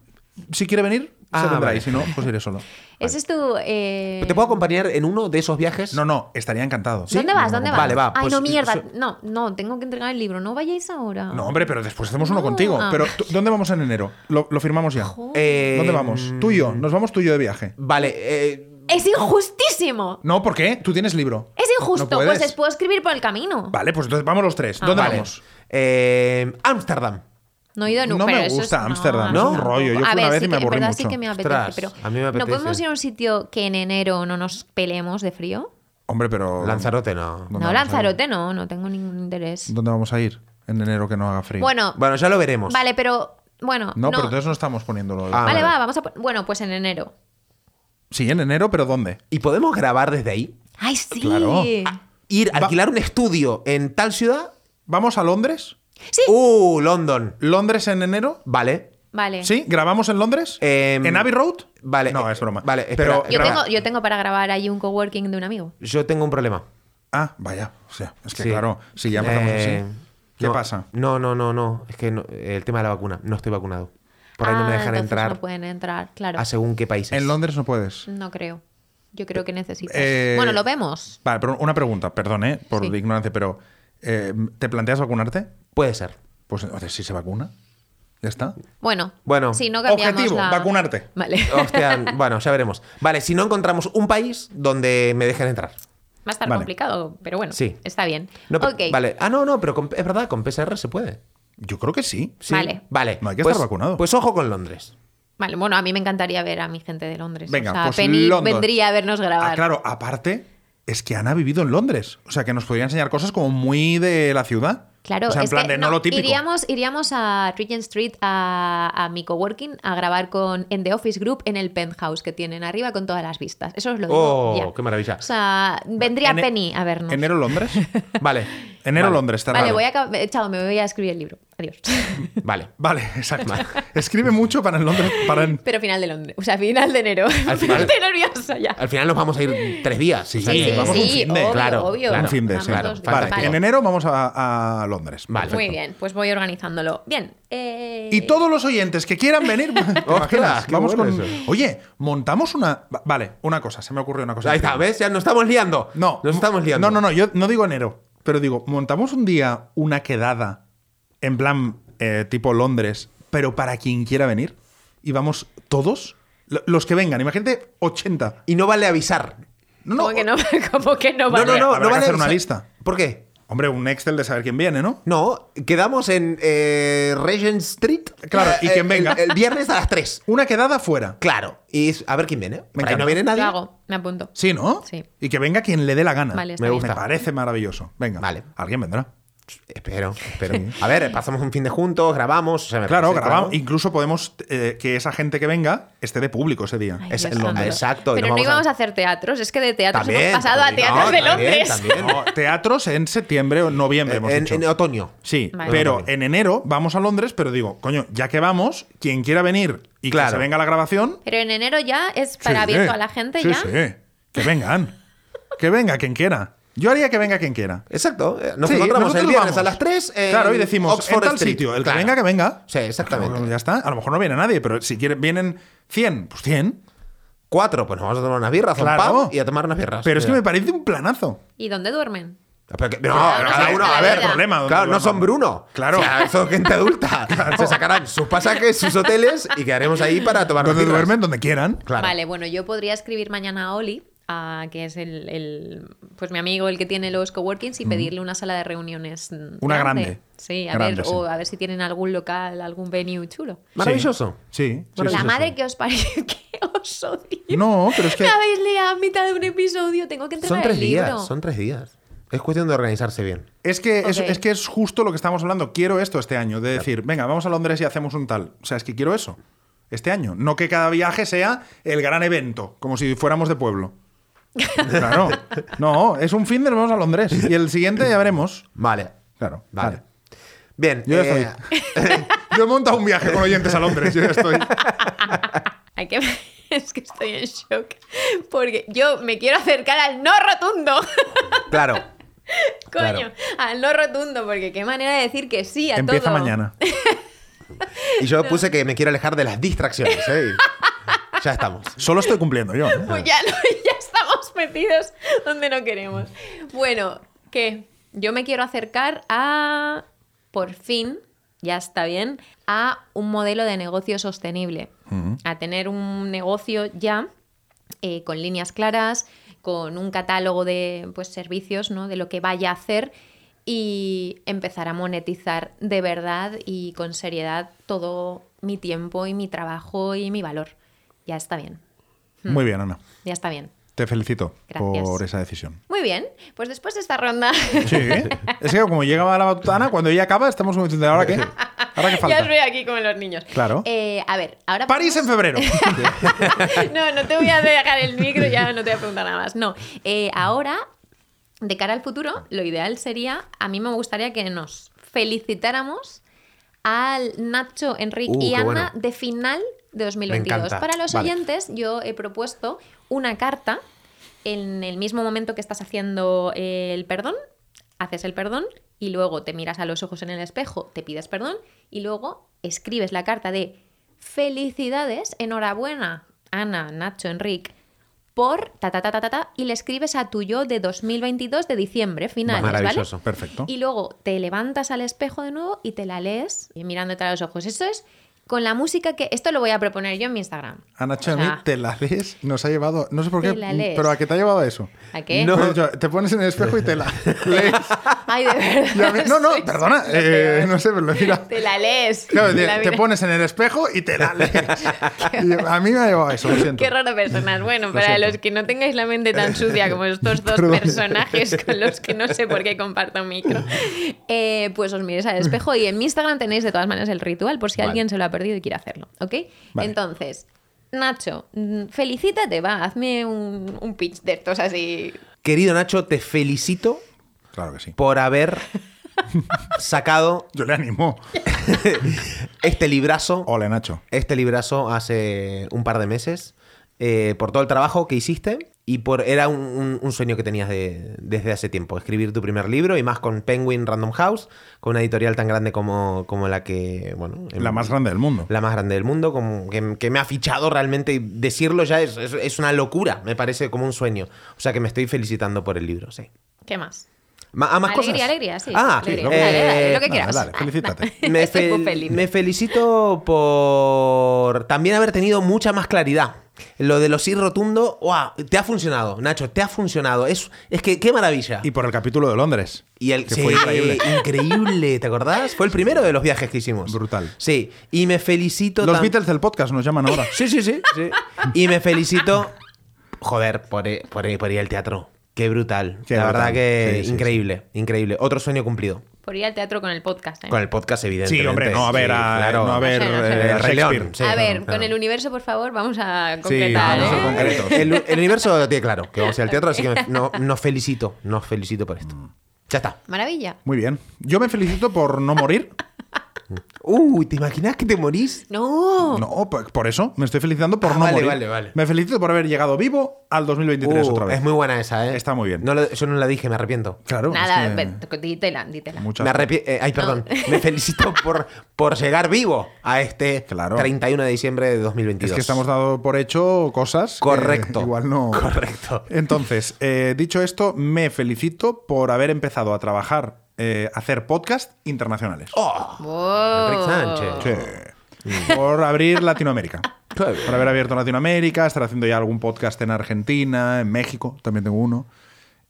Speaker 3: Si quiere venir,
Speaker 1: Ah,
Speaker 3: se vendrá.
Speaker 1: vale.
Speaker 3: Y si no, pues iré solo.
Speaker 2: Ese es tu... eh,
Speaker 1: ¿Te puedo acompañar en uno de esos viajes?
Speaker 3: No, no, estaría encantado.
Speaker 2: ¿Dónde vas?
Speaker 1: No,
Speaker 2: ¿Dónde vas?
Speaker 1: vale, va,
Speaker 2: Ay,
Speaker 1: pues,
Speaker 2: no, mierda.
Speaker 1: eso-
Speaker 2: No, no, tengo que entregar el libro. No vayáis ahora.
Speaker 3: No, hombre, pero después hacemos uno
Speaker 2: Ah. No.
Speaker 3: contigo.
Speaker 2: Ah.
Speaker 3: Pero ¿tú- ¿dónde vamos en enero? Lo, lo firmamos ya.
Speaker 1: Eh, mm,
Speaker 3: ¿Dónde vamos? Tú y yo. Nos vamos tú y yo de viaje.
Speaker 1: Vale, eh,
Speaker 2: ¡Es injustísimo!
Speaker 3: No, ¿por qué? Tú tienes libro.
Speaker 2: Es
Speaker 3: No
Speaker 2: injusto.
Speaker 3: puedes.
Speaker 2: pues Ah, les puedo escribir por el camino.
Speaker 3: Vale, pues entonces vamos los tres. ¿Dónde
Speaker 1: vale.
Speaker 3: vamos?
Speaker 1: Eh, Ámsterdam.
Speaker 2: No he ido nunca.
Speaker 3: No me
Speaker 2: pero eso
Speaker 3: gusta
Speaker 2: es-
Speaker 3: Ámsterdam,
Speaker 1: es un
Speaker 2: tampoco.
Speaker 3: rollo. Yo fui
Speaker 2: a
Speaker 3: una
Speaker 2: ver,
Speaker 3: vez
Speaker 2: sí
Speaker 3: y me
Speaker 2: que- en
Speaker 3: aburrí
Speaker 2: verdad sí
Speaker 3: mucho.
Speaker 2: que me apetece,
Speaker 1: Ostras,
Speaker 2: pero
Speaker 1: a mí me
Speaker 2: ¿No
Speaker 1: apetece.
Speaker 2: podemos ir a un sitio que en enero no nos peleemos de frío?
Speaker 3: Hombre, pero.
Speaker 1: Lanzarote no.
Speaker 3: No,
Speaker 2: No,
Speaker 3: vamos a ir.
Speaker 2: Lanzarote no, no tengo ningún interés.
Speaker 3: ¿Dónde vamos a ir en enero que no haga frío?
Speaker 2: Bueno,
Speaker 1: Bueno, ya lo veremos.
Speaker 2: vale, pero bueno,
Speaker 3: No,
Speaker 2: no.
Speaker 3: pero entonces no estamos poniéndolo.
Speaker 1: Ah.
Speaker 2: vale,
Speaker 1: vale.
Speaker 2: va, vamos a pon- bueno, pues en enero.
Speaker 3: Sí, en enero, pero ¿dónde?
Speaker 1: ¿Y podemos grabar desde ahí?
Speaker 2: Ay, sí.
Speaker 3: Claro.
Speaker 1: Ir,
Speaker 3: Va-
Speaker 1: alquilar un estudio en tal ciudad.
Speaker 3: ¿Vamos a Londres?
Speaker 2: Sí.
Speaker 1: Uh, London.
Speaker 3: ¿Londres en enero?
Speaker 1: Vale.
Speaker 2: Vale.
Speaker 3: ¿Sí? ¿Grabamos en Londres?
Speaker 1: Em,
Speaker 3: ¿En Abbey Road?
Speaker 1: vale,
Speaker 3: No,
Speaker 1: eh,
Speaker 3: es broma.
Speaker 1: vale, espera,
Speaker 3: pero.
Speaker 2: Yo
Speaker 1: Graba.
Speaker 2: tengo, yo tengo para grabar ahí un coworking de un amigo.
Speaker 1: Yo tengo un problema.
Speaker 3: Ah, vaya. O sea, es que
Speaker 1: Sí.
Speaker 3: claro, si ya empezamos
Speaker 1: Eh,
Speaker 3: así. ¿Qué
Speaker 1: no,
Speaker 3: pasa?
Speaker 1: No, no, no, no. Es que no- el tema de la vacuna. No estoy vacunado. Por ahí no
Speaker 2: Ah,
Speaker 1: me dejan
Speaker 2: entonces
Speaker 1: entrar
Speaker 2: No pueden entrar, claro.
Speaker 1: a según qué países.
Speaker 3: En Londres no puedes.
Speaker 2: No creo. Yo creo que necesitas.
Speaker 3: Eh,
Speaker 2: Bueno, lo vemos.
Speaker 3: Vale, pero una pregunta, perdón, ¿eh? Por
Speaker 2: Sí.
Speaker 3: ignorancia, pero eh, ¿te planteas vacunarte?
Speaker 1: Puede ser.
Speaker 3: Pues entonces sí se vacuna. Ya está.
Speaker 2: Bueno,
Speaker 1: Bueno,
Speaker 2: si no cambiamos
Speaker 3: objetivo,
Speaker 2: la-
Speaker 3: vacunarte.
Speaker 2: Vale.
Speaker 1: Hostia, bueno, ya veremos. Vale, si no encontramos un país donde me dejen entrar.
Speaker 2: Va a estar
Speaker 3: Vale.
Speaker 2: complicado, pero bueno,
Speaker 1: Sí.
Speaker 2: está bien.
Speaker 1: No, pero-
Speaker 2: ok,
Speaker 1: Vale. Ah, no, no, pero con- es verdad, con PCR se puede.
Speaker 3: Yo creo que sí.
Speaker 1: Sí,
Speaker 2: Vale.
Speaker 1: Vale.
Speaker 3: No, hay que
Speaker 1: Pues-
Speaker 3: estar vacunado.
Speaker 1: Pues ojo con Londres.
Speaker 2: Vale, bueno, a mí me encantaría ver a mi gente de Londres.
Speaker 3: Venga,
Speaker 2: o sea,
Speaker 3: pues
Speaker 2: Penny
Speaker 3: London.
Speaker 2: vendría a vernos Pues grabar.
Speaker 3: Ah, claro, aparte es que Ana ha vivido en Londres. O sea, que nos podría enseñar cosas como muy de la ciudad.
Speaker 2: Claro,
Speaker 3: O sea, en
Speaker 2: es
Speaker 3: plan
Speaker 2: que
Speaker 3: de no lo típico.
Speaker 2: Iríamos, iríamos a Regent Street, a, a mi coworking, a grabar con en The Office Group en el penthouse que tienen arriba con todas las vistas. Eso os lo digo.
Speaker 1: Oh,
Speaker 2: ya.
Speaker 1: qué maravilla.
Speaker 2: O sea, vendría
Speaker 3: Ene-
Speaker 2: Penny a vernos.
Speaker 3: e- ¿Enero Londres?
Speaker 1: Vale.
Speaker 3: Enero
Speaker 1: Vale.
Speaker 3: Londres, está
Speaker 2: Vale,
Speaker 3: raro.
Speaker 2: voy a acab- Chao, me voy a escribir el libro. Adiós.
Speaker 1: Vale.
Speaker 3: Vale, exacto. Escribe mucho para en Londres. Para en-
Speaker 2: Pero final de Londres. O sea, final de enero.
Speaker 1: Al
Speaker 2: Pero
Speaker 1: final-
Speaker 2: Estoy nerviosa ya.
Speaker 1: Al final nos vamos a ir tres días.
Speaker 3: Sí,
Speaker 1: O sea que
Speaker 3: sí,
Speaker 1: vamos-
Speaker 3: sí. un fin de,
Speaker 2: obvio,
Speaker 1: claro,
Speaker 2: obvio.
Speaker 1: claro.
Speaker 3: un fin de,
Speaker 2: Vamos
Speaker 3: sí.
Speaker 1: claro,
Speaker 2: dos días.
Speaker 3: Vale,
Speaker 1: fantástico.
Speaker 3: en enero vamos a, a Londres.
Speaker 1: Vale.
Speaker 2: Muy bien, pues voy organizándolo. Bien. eh,
Speaker 3: Y todos los oyentes que quieran venir, ¿te imaginas?
Speaker 1: qué
Speaker 3: vamos
Speaker 1: bueno
Speaker 3: con.
Speaker 1: eso.
Speaker 3: Oye, montamos una. va- Vale, una cosa, se me ocurrió una cosa.
Speaker 1: Ahí está, ¿ves? Ya nos estamos liando.
Speaker 3: No.
Speaker 1: Nos estamos liando.
Speaker 3: No, no, no, yo no digo enero, pero digo, montamos un día una quedada en plan eh, tipo Londres, pero para quien quiera venir. Y vamos todos, lo- los que vengan, imagínate 80.
Speaker 1: Y no vale avisar.
Speaker 3: No,
Speaker 2: como
Speaker 3: no,
Speaker 2: que no, como que no
Speaker 1: No,
Speaker 2: vale.
Speaker 1: no, no.
Speaker 3: Habrá
Speaker 1: no
Speaker 3: que
Speaker 1: vale
Speaker 3: hacer una
Speaker 1: avisar.
Speaker 3: lista.
Speaker 1: ¿Por qué?
Speaker 3: Hombre, un Excel de saber quién viene, ¿no?
Speaker 1: No, quedamos en eh, Regent Street.
Speaker 3: Claro, y
Speaker 1: Eh,
Speaker 3: quien venga.
Speaker 1: El, el viernes a las 3.
Speaker 3: Una quedada fuera.
Speaker 1: Claro. Y es- a ver quién viene. Por ahí
Speaker 3: encanta.
Speaker 1: no viene nadie.
Speaker 2: Lo hago, me apunto.
Speaker 3: Sí, ¿no?
Speaker 2: Sí.
Speaker 3: Y que venga quien le dé la gana.
Speaker 2: Vale, está
Speaker 1: Me
Speaker 3: Me
Speaker 1: bien. gusta.
Speaker 3: parece maravilloso. Venga.
Speaker 1: Vale.
Speaker 3: Alguien vendrá.
Speaker 1: Espero, espero. A ver, pasamos un fin de juntos, grabamos. o sea, me
Speaker 3: Claro,
Speaker 1: parece,
Speaker 3: grabamos. Incluso podemos eh, que esa gente que venga esté de público ese día.
Speaker 2: Ay,
Speaker 1: Es-
Speaker 2: Dios
Speaker 1: en
Speaker 2: santo.
Speaker 1: Londres. Exacto, y
Speaker 2: Pero
Speaker 1: no
Speaker 2: no
Speaker 1: vamos a-
Speaker 2: íbamos a... hacer teatros. Es que de teatros
Speaker 1: También,
Speaker 2: hemos pasado a
Speaker 1: también.
Speaker 2: teatros
Speaker 1: No,
Speaker 2: de
Speaker 1: también,
Speaker 2: Londres.
Speaker 1: también.
Speaker 3: No, teatros en septiembre o noviembre, hemos
Speaker 1: En,
Speaker 3: dicho.
Speaker 1: en otoño.
Speaker 3: Sí,
Speaker 2: Vale.
Speaker 3: pero
Speaker 1: Vale.
Speaker 3: en enero vamos a Londres, pero digo, coño, ya que vamos, quien quiera venir y
Speaker 1: Claro.
Speaker 3: que se venga a la grabación.
Speaker 2: Pero en enero ya es para
Speaker 3: sí,
Speaker 2: abierto a la gente
Speaker 3: sí,
Speaker 2: ya.
Speaker 3: Sí, que vengan. que venga quien quiera. Yo haría que venga quien quiera.
Speaker 1: Exacto. eh, Nos
Speaker 3: Sí,
Speaker 1: encontramos
Speaker 3: nosotros
Speaker 1: el viernes
Speaker 3: vamos.
Speaker 1: a las 3. en
Speaker 3: claro, y decimos,
Speaker 1: Oxford
Speaker 3: en tal
Speaker 1: Street.
Speaker 3: sitio, el
Speaker 1: Claro.
Speaker 3: que venga, que venga.
Speaker 1: Sí, exactamente.
Speaker 3: Bueno, ya está. A lo mejor no viene nadie, pero si quieren, vienen 100, pues 100.
Speaker 1: Cuatro, pues nos vamos a tomar unas birras, a un
Speaker 3: Claro.
Speaker 1: pub y a tomar unas birras.
Speaker 3: Pero es que
Speaker 1: Mira.
Speaker 3: me parece un planazo.
Speaker 2: ¿Y dónde duermen?
Speaker 1: Pero que- No,
Speaker 2: Cada
Speaker 1: pero
Speaker 2: uno
Speaker 1: cada
Speaker 2: se
Speaker 1: uno,
Speaker 2: busca
Speaker 1: a
Speaker 2: la
Speaker 1: ver,
Speaker 2: vida.
Speaker 3: problema, ¿dónde
Speaker 1: Claro, no
Speaker 3: vamos?
Speaker 1: son Bruno.
Speaker 3: Claro.
Speaker 1: O sea, son gente adulta. Se sacarán sus pasajes, sus hoteles y quedaremos ahí para tomar
Speaker 3: Donde
Speaker 1: birras.
Speaker 3: duermen, donde quieran.
Speaker 1: Claro.
Speaker 2: Vale, bueno, yo podría escribir mañana a Oli, a- que es el, el- pues mi amigo, el que tiene los coworkings, y pedirle una sala de reuniones. mm,
Speaker 3: Una grande.
Speaker 2: Sí, a
Speaker 3: Grande,
Speaker 2: ver,
Speaker 3: sí.
Speaker 2: o a ver si tienen algún local, algún venue chulo.
Speaker 1: Maravilloso.
Speaker 3: Sí. sí,
Speaker 2: la
Speaker 3: sí, sí,
Speaker 2: madre
Speaker 3: sí.
Speaker 2: que os parece que os odio.
Speaker 3: No, pero es que.
Speaker 2: Me habéis liado a mitad de un episodio, tengo que entregar
Speaker 1: Son tres
Speaker 2: el libro.
Speaker 1: días, son tres días. Es cuestión de organizarse bien.
Speaker 3: Es que, es,
Speaker 2: Ok.
Speaker 3: es que es justo lo que estamos hablando. Quiero esto este año, de decir, venga, vamos a Londres y hacemos un tal. O sea, es que quiero eso este año. No que cada viaje sea el gran evento, como si fuéramos de pueblo. Claro. No, es un fin de nos vamos a Londres. Y el siguiente ya veremos.
Speaker 1: Vale.
Speaker 3: Claro,
Speaker 1: Vale.
Speaker 3: vale.
Speaker 1: Bien.
Speaker 3: Yo ya
Speaker 1: eh,
Speaker 3: estoy. Yo he montado un viaje con oyentes a Londres. Yo ya estoy.
Speaker 2: Hay que... Es que estoy en shock. Porque yo me quiero acercar al no rotundo.
Speaker 1: Claro.
Speaker 2: Coño,
Speaker 1: Claro.
Speaker 2: al no rotundo, porque qué manera de decir que sí a
Speaker 3: Empieza
Speaker 2: todo.
Speaker 3: mañana.
Speaker 1: Y yo puse que me quiero alejar de las distracciones. ¿eh? Y Ya estamos.
Speaker 3: Solo estoy cumpliendo yo. ¿eh?
Speaker 2: Pues ya, no- ya estamos metidos donde no queremos. Bueno, ¿qué? Yo me quiero acercar a, por fin, ya está bien, a un modelo de negocio sostenible. A tener un negocio ya eh, con líneas claras, con un catálogo de pues, servicios, ¿no? de lo que vaya a hacer y empezar a monetizar de verdad y con seriedad todo mi tiempo y mi trabajo y mi valor. Ya está bien.
Speaker 3: Muy bien, Ana.
Speaker 2: Ya está bien.
Speaker 3: Te felicito
Speaker 2: Gracias.
Speaker 3: por esa decisión.
Speaker 2: Muy bien, pues después de esta ronda
Speaker 3: Sí. Es que como llegaba la batutana, cuando ella acaba, estamos como diciendo, ¿ahora qué? ¿Ahora qué
Speaker 2: ya os
Speaker 3: falta?
Speaker 2: veo aquí como los niños.
Speaker 3: Claro.
Speaker 2: Eh, a ver, ahora...
Speaker 3: París en febrero.
Speaker 2: No, no te voy a dejar el micro, ya no te voy a preguntar nada más. No, Eh, ahora, de cara al futuro, lo ideal sería, a mí me gustaría que nos felicitáramos al Nacho, Enrique
Speaker 1: Uh,
Speaker 2: y
Speaker 1: qué
Speaker 2: Ana
Speaker 1: bueno.
Speaker 2: de final de
Speaker 1: Me
Speaker 2: 2022.
Speaker 1: encanta.
Speaker 2: Para los
Speaker 1: Vale.
Speaker 2: oyentes, yo he propuesto una carta en el mismo momento que estás haciendo el perdón, haces el perdón y luego te miras a los ojos en el espejo, te pides perdón y luego escribes la carta de felicidades, enhorabuena, Ana, Nacho, Enric, por ta ta ta ta ta, ta", y le escribes a tu yo de 2022 de diciembre, finales, ¿vale?
Speaker 1: Maravilloso.
Speaker 3: Perfecto.
Speaker 2: Y luego te levantas al espejo de nuevo y te la lees y mirándote a los ojos. Eso es con la música que... Esto lo voy a proponer yo en mi Instagram.
Speaker 3: Ana
Speaker 2: O
Speaker 3: Chami,
Speaker 2: sea,
Speaker 3: te la lees, nos ha llevado, no sé por
Speaker 2: Te
Speaker 3: qué,
Speaker 2: la lees.
Speaker 3: pero ¿a qué te ha llevado a eso?
Speaker 2: ¿A qué?
Speaker 1: No.
Speaker 3: Pues yo- te pones en el espejo y te la lees.
Speaker 2: Ay, de verdad.
Speaker 3: Y a mí- no, no,
Speaker 2: sois
Speaker 3: perdona,
Speaker 2: lo
Speaker 3: eh,
Speaker 2: peor.
Speaker 3: no sé, pero lo mira.
Speaker 2: Te la lees.
Speaker 3: Claro, te,
Speaker 2: La
Speaker 3: te
Speaker 2: mira-
Speaker 3: pones en el espejo y te la lees. Y yo- a mí me ha llevado a eso, lo siento.
Speaker 2: Qué raro personas. Bueno,
Speaker 3: Lo
Speaker 2: para
Speaker 3: siento.
Speaker 2: los que no tengáis la mente tan sucia como estos dos
Speaker 3: Perdón.
Speaker 2: personajes con los que no sé por qué comparto micro, eh, pues os miréis al espejo y en mi Instagram tenéis de todas maneras el ritual por si
Speaker 1: Vale.
Speaker 2: alguien se lo ha perdido y quiere hacerlo. ¿Ok?
Speaker 3: Vale.
Speaker 2: Entonces, Nacho, mm, felicítate, va, hazme un, un pitch de estos así.
Speaker 1: Querido Nacho, te felicito
Speaker 3: Claro que sí.
Speaker 1: por haber sacado
Speaker 3: Yo le animo.
Speaker 1: este librazo.
Speaker 3: Hola, Nacho.
Speaker 1: este librazo hace un par de meses eh, por todo el trabajo que hiciste y por era un, un- un sueño que tenías de- desde hace tiempo, escribir tu primer libro y más con Penguin Random House, con una editorial tan grande como, como la que, bueno, em-
Speaker 3: La más grande del mundo.
Speaker 1: la más grande del mundo, como que, que me ha fichado realmente y decirlo ya es, es- es una locura, me parece como un sueño. O sea que me estoy felicitando por el libro, sí.
Speaker 2: ¿Qué más?
Speaker 1: Ma- ¿A más
Speaker 2: alegría,
Speaker 1: cosas?
Speaker 2: alegría, sí.
Speaker 1: Ah,
Speaker 2: alegría.
Speaker 3: sí, luego-
Speaker 2: Dale, dale, lo que
Speaker 1: eh,
Speaker 2: quieras. Ah, este
Speaker 3: Dale, dale, felicítate.
Speaker 1: me,
Speaker 2: Estoy muy
Speaker 1: fel-
Speaker 2: feliz.
Speaker 1: me felicito por también haber tenido mucha más claridad. Lo de los sí rotundo, ¡guau! Te ha funcionado, Nacho, te ha funcionado. Es, es que qué maravilla.
Speaker 3: Y por el capítulo de Londres.
Speaker 1: Y el
Speaker 3: que
Speaker 1: sí,
Speaker 3: fue increíble.
Speaker 1: increíble, ¿te acordás? Fue el primero de los viajes que hicimos.
Speaker 3: Brutal.
Speaker 1: Sí, y me felicito
Speaker 3: Los
Speaker 1: tam-
Speaker 3: Beatles del podcast nos llaman ahora.
Speaker 1: Sí, sí, sí, sí. Y me felicito, joder, por, e- por, e- por ir al teatro. Qué brutal.
Speaker 3: Qué
Speaker 1: La
Speaker 3: brutal.
Speaker 1: verdad que
Speaker 3: Sí, sí, sí.
Speaker 1: increíble, increíble. Otro sueño cumplido.
Speaker 2: Por ir al teatro con el podcast. ¿eh?
Speaker 1: Con el podcast, evidentemente.
Speaker 3: Sí, hombre, no a ver,
Speaker 1: Sí,
Speaker 3: a- no a ver
Speaker 2: No sé, no sé.
Speaker 3: eh,
Speaker 1: El Rey León.
Speaker 3: Shakespeare.
Speaker 1: Sí,
Speaker 2: a
Speaker 1: claro,
Speaker 2: ver,
Speaker 1: claro.
Speaker 2: con el universo, por favor, vamos a
Speaker 3: Ah,
Speaker 2: concretar.
Speaker 3: vamos a
Speaker 2: ¿eh?
Speaker 3: concretar. concreto.
Speaker 1: El, el universo lo tiene claro, que vamos a ir al teatro, así que me- no, nos felicito, nos felicito por esto.
Speaker 2: Mm.
Speaker 1: Ya está.
Speaker 2: Maravilla.
Speaker 3: Muy bien. Yo me felicito por no morir.
Speaker 1: Uy, ¿te imaginas que te morís?
Speaker 2: No.
Speaker 3: No, por por eso. Me estoy felicitando por
Speaker 1: Ah,
Speaker 3: no
Speaker 1: vale,
Speaker 3: morir.
Speaker 1: vale, vale.
Speaker 3: Me felicito por haber llegado vivo al 2023
Speaker 1: Uh,
Speaker 3: otra vez.
Speaker 1: Es muy buena esa, ¿eh?
Speaker 3: Está muy bien.
Speaker 1: No lo- yo no la dije, me arrepiento.
Speaker 3: Claro.
Speaker 2: Nada,
Speaker 3: es que-
Speaker 2: ve- dítela, dítela.
Speaker 3: Muchas
Speaker 1: Me arrepi- eh, ay, perdón. Me felicito por, por llegar vivo a este
Speaker 3: Claro.
Speaker 1: 31 de diciembre de 2022.
Speaker 3: Es que estamos dando por hecho cosas. que
Speaker 1: Correcto.
Speaker 3: igual no.
Speaker 1: Correcto.
Speaker 3: Entonces, eh, dicho esto, me felicito por haber empezado a trabajar, eh, hacer podcast internacionales.
Speaker 1: ¡Oh!
Speaker 2: Wow.
Speaker 1: Enrique
Speaker 3: Sí.
Speaker 1: Sánchez.
Speaker 3: Por abrir Latinoamérica.
Speaker 1: Claro.
Speaker 3: Por haber abierto Latinoamérica, estar haciendo ya algún podcast en Argentina, en México, también tengo uno.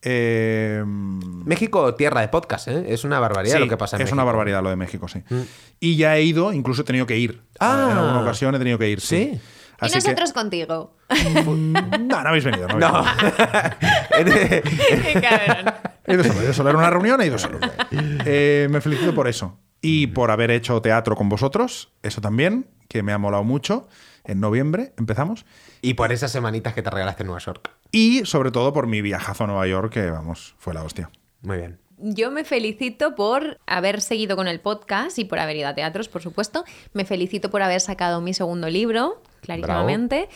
Speaker 3: Eh,
Speaker 1: México, tierra de podcast, ¿eh? Es una barbaridad
Speaker 3: sí,
Speaker 1: lo que pasa en
Speaker 3: es una
Speaker 1: México. Mm.
Speaker 3: barbaridad lo de México, sí. Y ya he ido, incluso he tenido que ir. Eh,
Speaker 1: Ah.
Speaker 3: en alguna ocasión he tenido que ir. Sí.
Speaker 1: Sí.
Speaker 2: Y
Speaker 3: Así que- Mm,
Speaker 2: nosotros contigo.
Speaker 3: No, no habéis venido. No. habéis
Speaker 1: No.
Speaker 2: Qué cabrón.
Speaker 3: He ido solo, he ido solo. Era una reunión, he ido solo. Eh, me felicito por eso. Y por haber hecho teatro con vosotros, eso también, que me ha molado mucho. En noviembre empezamos.
Speaker 1: y por esas semanitas que te regalaste en Nueva York.
Speaker 3: Y sobre todo por mi viajazo a Nueva York, que vamos, fue la hostia.
Speaker 1: Muy bien.
Speaker 2: Yo me felicito por haber seguido con el podcast y por haber ido a teatros, por supuesto. Me felicito por haber sacado mi segundo libro, clarísimamente.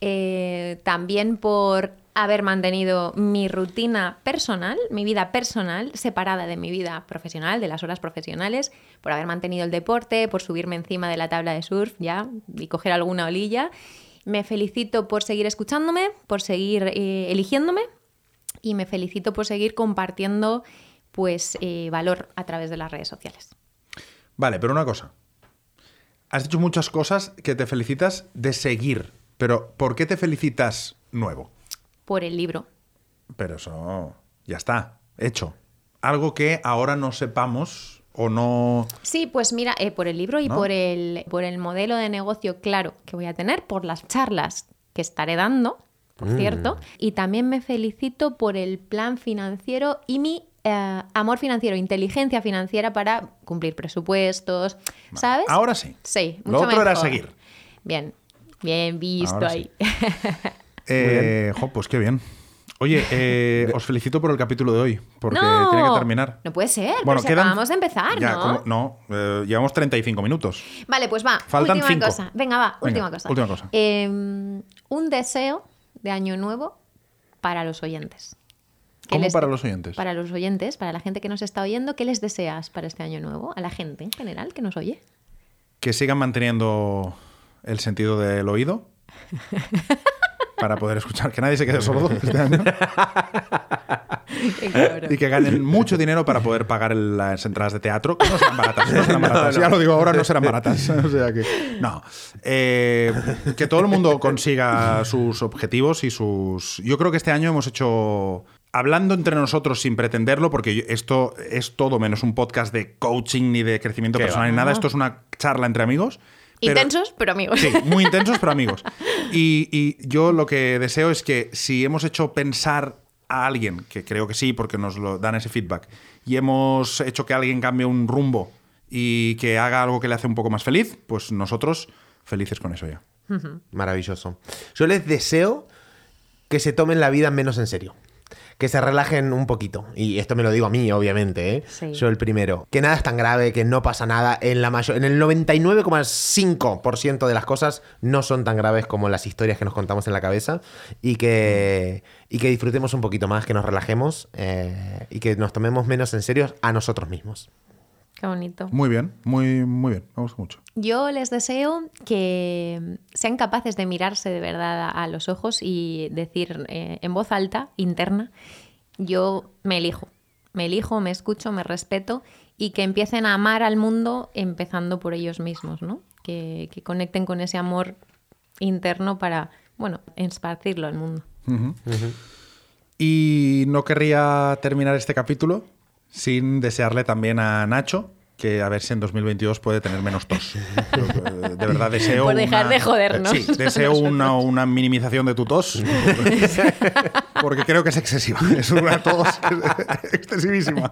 Speaker 2: Eh, también por haber mantenido mi rutina personal, mi vida personal, separada de mi vida profesional, de las horas profesionales, por haber mantenido el deporte, por subirme encima de la tabla de surf ya y coger alguna olilla. Me felicito por seguir escuchándome, por seguir eh, eligiéndome y me felicito por seguir compartiendo pues eh, valor a través de las redes sociales.
Speaker 3: Vale, pero una cosa. Has dicho muchas cosas que te felicitas de seguir, pero ¿por qué te felicitas nuevo?
Speaker 2: Por el libro.
Speaker 3: Pero eso ya está, hecho. Algo que ahora no sepamos o no...
Speaker 2: Sí, pues mira, eh, por el libro y
Speaker 3: ¿No?
Speaker 2: por, el, por el modelo de negocio claro que voy a tener, por las charlas que estaré dando, por
Speaker 3: Mm.
Speaker 2: cierto, y también me felicito por el plan financiero y mi eh, amor financiero, inteligencia financiera para cumplir presupuestos, ¿sabes?
Speaker 3: Ahora sí.
Speaker 2: sí,
Speaker 3: Lo
Speaker 2: mucho
Speaker 3: otro era
Speaker 2: mejor.
Speaker 3: seguir.
Speaker 2: Bien, bien visto
Speaker 3: Ahora
Speaker 2: ahí.
Speaker 3: Eh, jo, pues qué bien. Oye, eh, os felicito por el capítulo de hoy, porque
Speaker 2: no,
Speaker 3: tiene que terminar.
Speaker 2: no puede ser, pero si
Speaker 3: quedan-
Speaker 2: acabamos de empezar,
Speaker 3: Ya,
Speaker 2: ¿no?
Speaker 3: como- no, eh, llevamos 35 minutos.
Speaker 2: Vale, pues va.
Speaker 3: Faltan
Speaker 2: última
Speaker 3: cinco.
Speaker 2: cosa. Venga, va,
Speaker 3: Venga,
Speaker 2: última cosa.
Speaker 3: última cosa.
Speaker 2: Eh, un deseo de año nuevo para los oyentes. ¿Qué
Speaker 3: ¿Cómo para los oyentes?
Speaker 2: Para los oyentes, para la gente que nos está oyendo, ¿qué les deseas para este año nuevo? A la gente en general que nos oye.
Speaker 3: Que sigan manteniendo el sentido del oído para poder escuchar. Que nadie se quede sordo este año.
Speaker 2: Qué cabrón.
Speaker 3: y que ganen mucho dinero para poder pagar el- las entradas de teatro, que no serán baratas. No serán baratas.
Speaker 1: no.
Speaker 3: Ya lo digo ahora, no serán baratas. O sea que, no. Eh, que todo el mundo consiga sus objetivos y sus. Yo creo que este año hemos hecho. Hablando entre nosotros sin pretenderlo, porque yo- esto es todo menos un podcast de coaching ni de crecimiento
Speaker 1: Qué
Speaker 3: personal
Speaker 1: va.
Speaker 3: ni nada.
Speaker 2: No.
Speaker 3: Esto es una charla entre amigos. pero-
Speaker 2: Intensos, pero amigos.
Speaker 3: Sí, muy intensos, pero amigos. Y, y yo lo que deseo es que si hemos hecho pensar a alguien, que creo que sí, porque nos lo dan ese feedback, y hemos hecho que alguien cambie un rumbo y que haga algo que le hace un poco más feliz, pues nosotros felices con eso ya.
Speaker 1: Maravilloso. Yo les deseo que se tomen la vida menos en serio. Que se relajen un poquito. Y esto me lo digo a mí, obviamente. ¿eh?
Speaker 2: Sí.
Speaker 1: Yo el primero. Que nada es tan grave, que no pasa nada. En, la mayo- en el 99,5% de las cosas no son tan graves como las historias que nos contamos en la cabeza. Y que, y que disfrutemos un poquito más, que nos relajemos eh, y que nos tomemos menos en serio a nosotros mismos.
Speaker 2: Qué bonito.
Speaker 3: Muy bien, muy, muy bien. Me gusta mucho.
Speaker 2: Yo les deseo que sean capaces de mirarse de verdad a, a los ojos y decir eh, en voz alta, interna, yo me elijo, me elijo, me escucho, me respeto y que empiecen a amar al mundo empezando por ellos mismos, ¿no? Que, que conecten con ese amor interno para, bueno, esparcirlo al mundo.
Speaker 3: Y no querría terminar este capítulo sin desearle también a Nacho que a ver si en 2022 puede tener menos tos. Yo, eh, De verdad deseo...
Speaker 2: Por dejar
Speaker 3: una-
Speaker 2: de jodernos.
Speaker 3: Sí, deseo una, una minimización de tu tos. Porque creo que es excesiva. Es una tos que es excesivísima.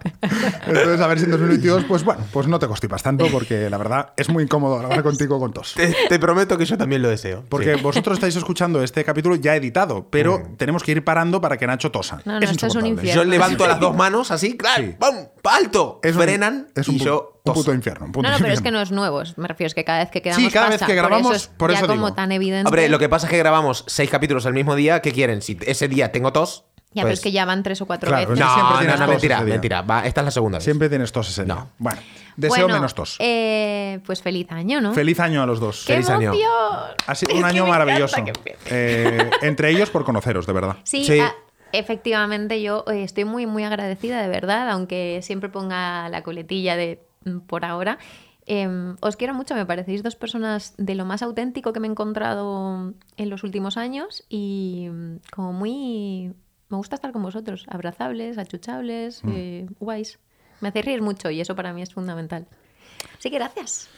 Speaker 3: Entonces, a ver si en 2022, pues bueno, pues no te constipas tanto porque la verdad es muy incómodo hablar contigo con tos.
Speaker 1: Te, te prometo que yo también lo deseo.
Speaker 3: Porque vosotros estáis escuchando este capítulo ya editado, pero tenemos que ir parando para que Nacho tosa.
Speaker 2: No, no, esto es un
Speaker 3: insoportable.
Speaker 2: infierno.
Speaker 1: Mm. Yo levanto las dos manos así, claro,
Speaker 3: Sí.
Speaker 1: ¡pam! ¡Alto!
Speaker 3: Es un-
Speaker 1: frenan
Speaker 3: es un
Speaker 1: y
Speaker 3: pu-
Speaker 1: yo
Speaker 3: un
Speaker 1: toso.
Speaker 3: puto infierno. un puto
Speaker 2: No, no, pero es
Speaker 3: infierno.
Speaker 2: que no es nuevo. Me refiero es que cada vez que quedamos
Speaker 3: cada vez
Speaker 2: pasa.
Speaker 3: que grabamos,
Speaker 2: por eso es
Speaker 3: por
Speaker 2: ya
Speaker 3: eso
Speaker 2: como
Speaker 3: digo.
Speaker 2: tan evidente.
Speaker 1: Hombre, lo que pasa es que grabamos seis capítulos al mismo día. ¿Qué quieren? Si ese día tengo tos.
Speaker 2: Ya, pero
Speaker 1: pues-
Speaker 2: es que ya van tres o cuatro
Speaker 3: Claro,
Speaker 2: veces.
Speaker 3: ya
Speaker 1: No,
Speaker 3: siempre
Speaker 1: no,
Speaker 3: tienes
Speaker 1: no,
Speaker 3: tos
Speaker 1: mentira,
Speaker 3: ese día.
Speaker 1: mentira. Va, esta es la segunda vez.
Speaker 3: Siempre tienes tos ese día.
Speaker 1: No.
Speaker 3: Bueno, deseo
Speaker 2: Bueno,
Speaker 3: menos tos.
Speaker 2: eh, pues feliz año, ¿no?
Speaker 3: Feliz año a los dos.
Speaker 2: ¡Qué
Speaker 1: feliz año.
Speaker 2: emoción!
Speaker 3: Ha sido
Speaker 2: Es
Speaker 3: un
Speaker 2: que
Speaker 3: año
Speaker 2: me
Speaker 3: maravilloso.
Speaker 2: encanta que empiece.
Speaker 3: Eh, entre ellos por conoceros, de verdad.
Speaker 2: Sí,
Speaker 1: Sí.
Speaker 2: ah, efectivamente yo eh, estoy muy, muy agradecida, de verdad, aunque siempre ponga la coletilla de mm, por ahora. Em, os quiero mucho, me parecéis dos personas de lo más auténtico que me he encontrado en los últimos años y mm, como muy... Me gusta estar con vosotros, abrazables,
Speaker 3: Mm.
Speaker 2: achuchables, eh, guays. Me hacéis reír mucho y eso para mí es fundamental. Así que gracias.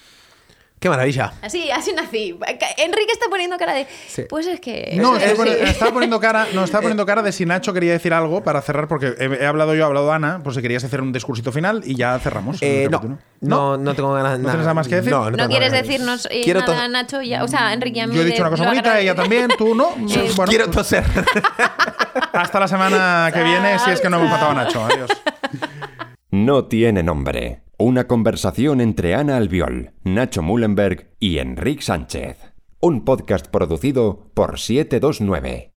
Speaker 1: Qué maravilla.
Speaker 2: Así, así nací. Enrique está poniendo cara de... Pues es que...
Speaker 1: Eh,
Speaker 3: No,
Speaker 2: es
Speaker 3: estoy
Speaker 2: que
Speaker 3: poni-
Speaker 2: sí".
Speaker 3: estaba poniendo cara, no, estaba poniendo cara de si Nacho quería decir algo para cerrar, porque he, he hablado yo, ha hablado Ana, por si querías hacer un discursito final y ya cerramos. el
Speaker 1: Eh, no,
Speaker 3: capítulo.
Speaker 1: no, no tengo ganas.
Speaker 3: tienes nada más que decir?
Speaker 1: No,
Speaker 3: No
Speaker 1: no,
Speaker 2: No
Speaker 1: tengo
Speaker 2: quieres
Speaker 1: ganas.
Speaker 2: decirnos eh,
Speaker 1: Quiero
Speaker 2: nada,
Speaker 1: to-
Speaker 2: Nacho, ya, o sea, Enrique y a mí.
Speaker 3: Yo he
Speaker 2: de-
Speaker 3: dicho una cosa
Speaker 2: lo
Speaker 3: bonita, ella
Speaker 2: agradezco.
Speaker 3: también, tú no.
Speaker 2: Eh,
Speaker 3: Bueno, pues,
Speaker 1: Quiero toser.
Speaker 3: hasta la semana que viene, si es que no hemos matado a Nacho. Adiós.
Speaker 4: No tiene nombre. Una conversación entre Ana Albiol, Nacho Mullenberg y Enrique Sánchez. Un podcast producido por 729.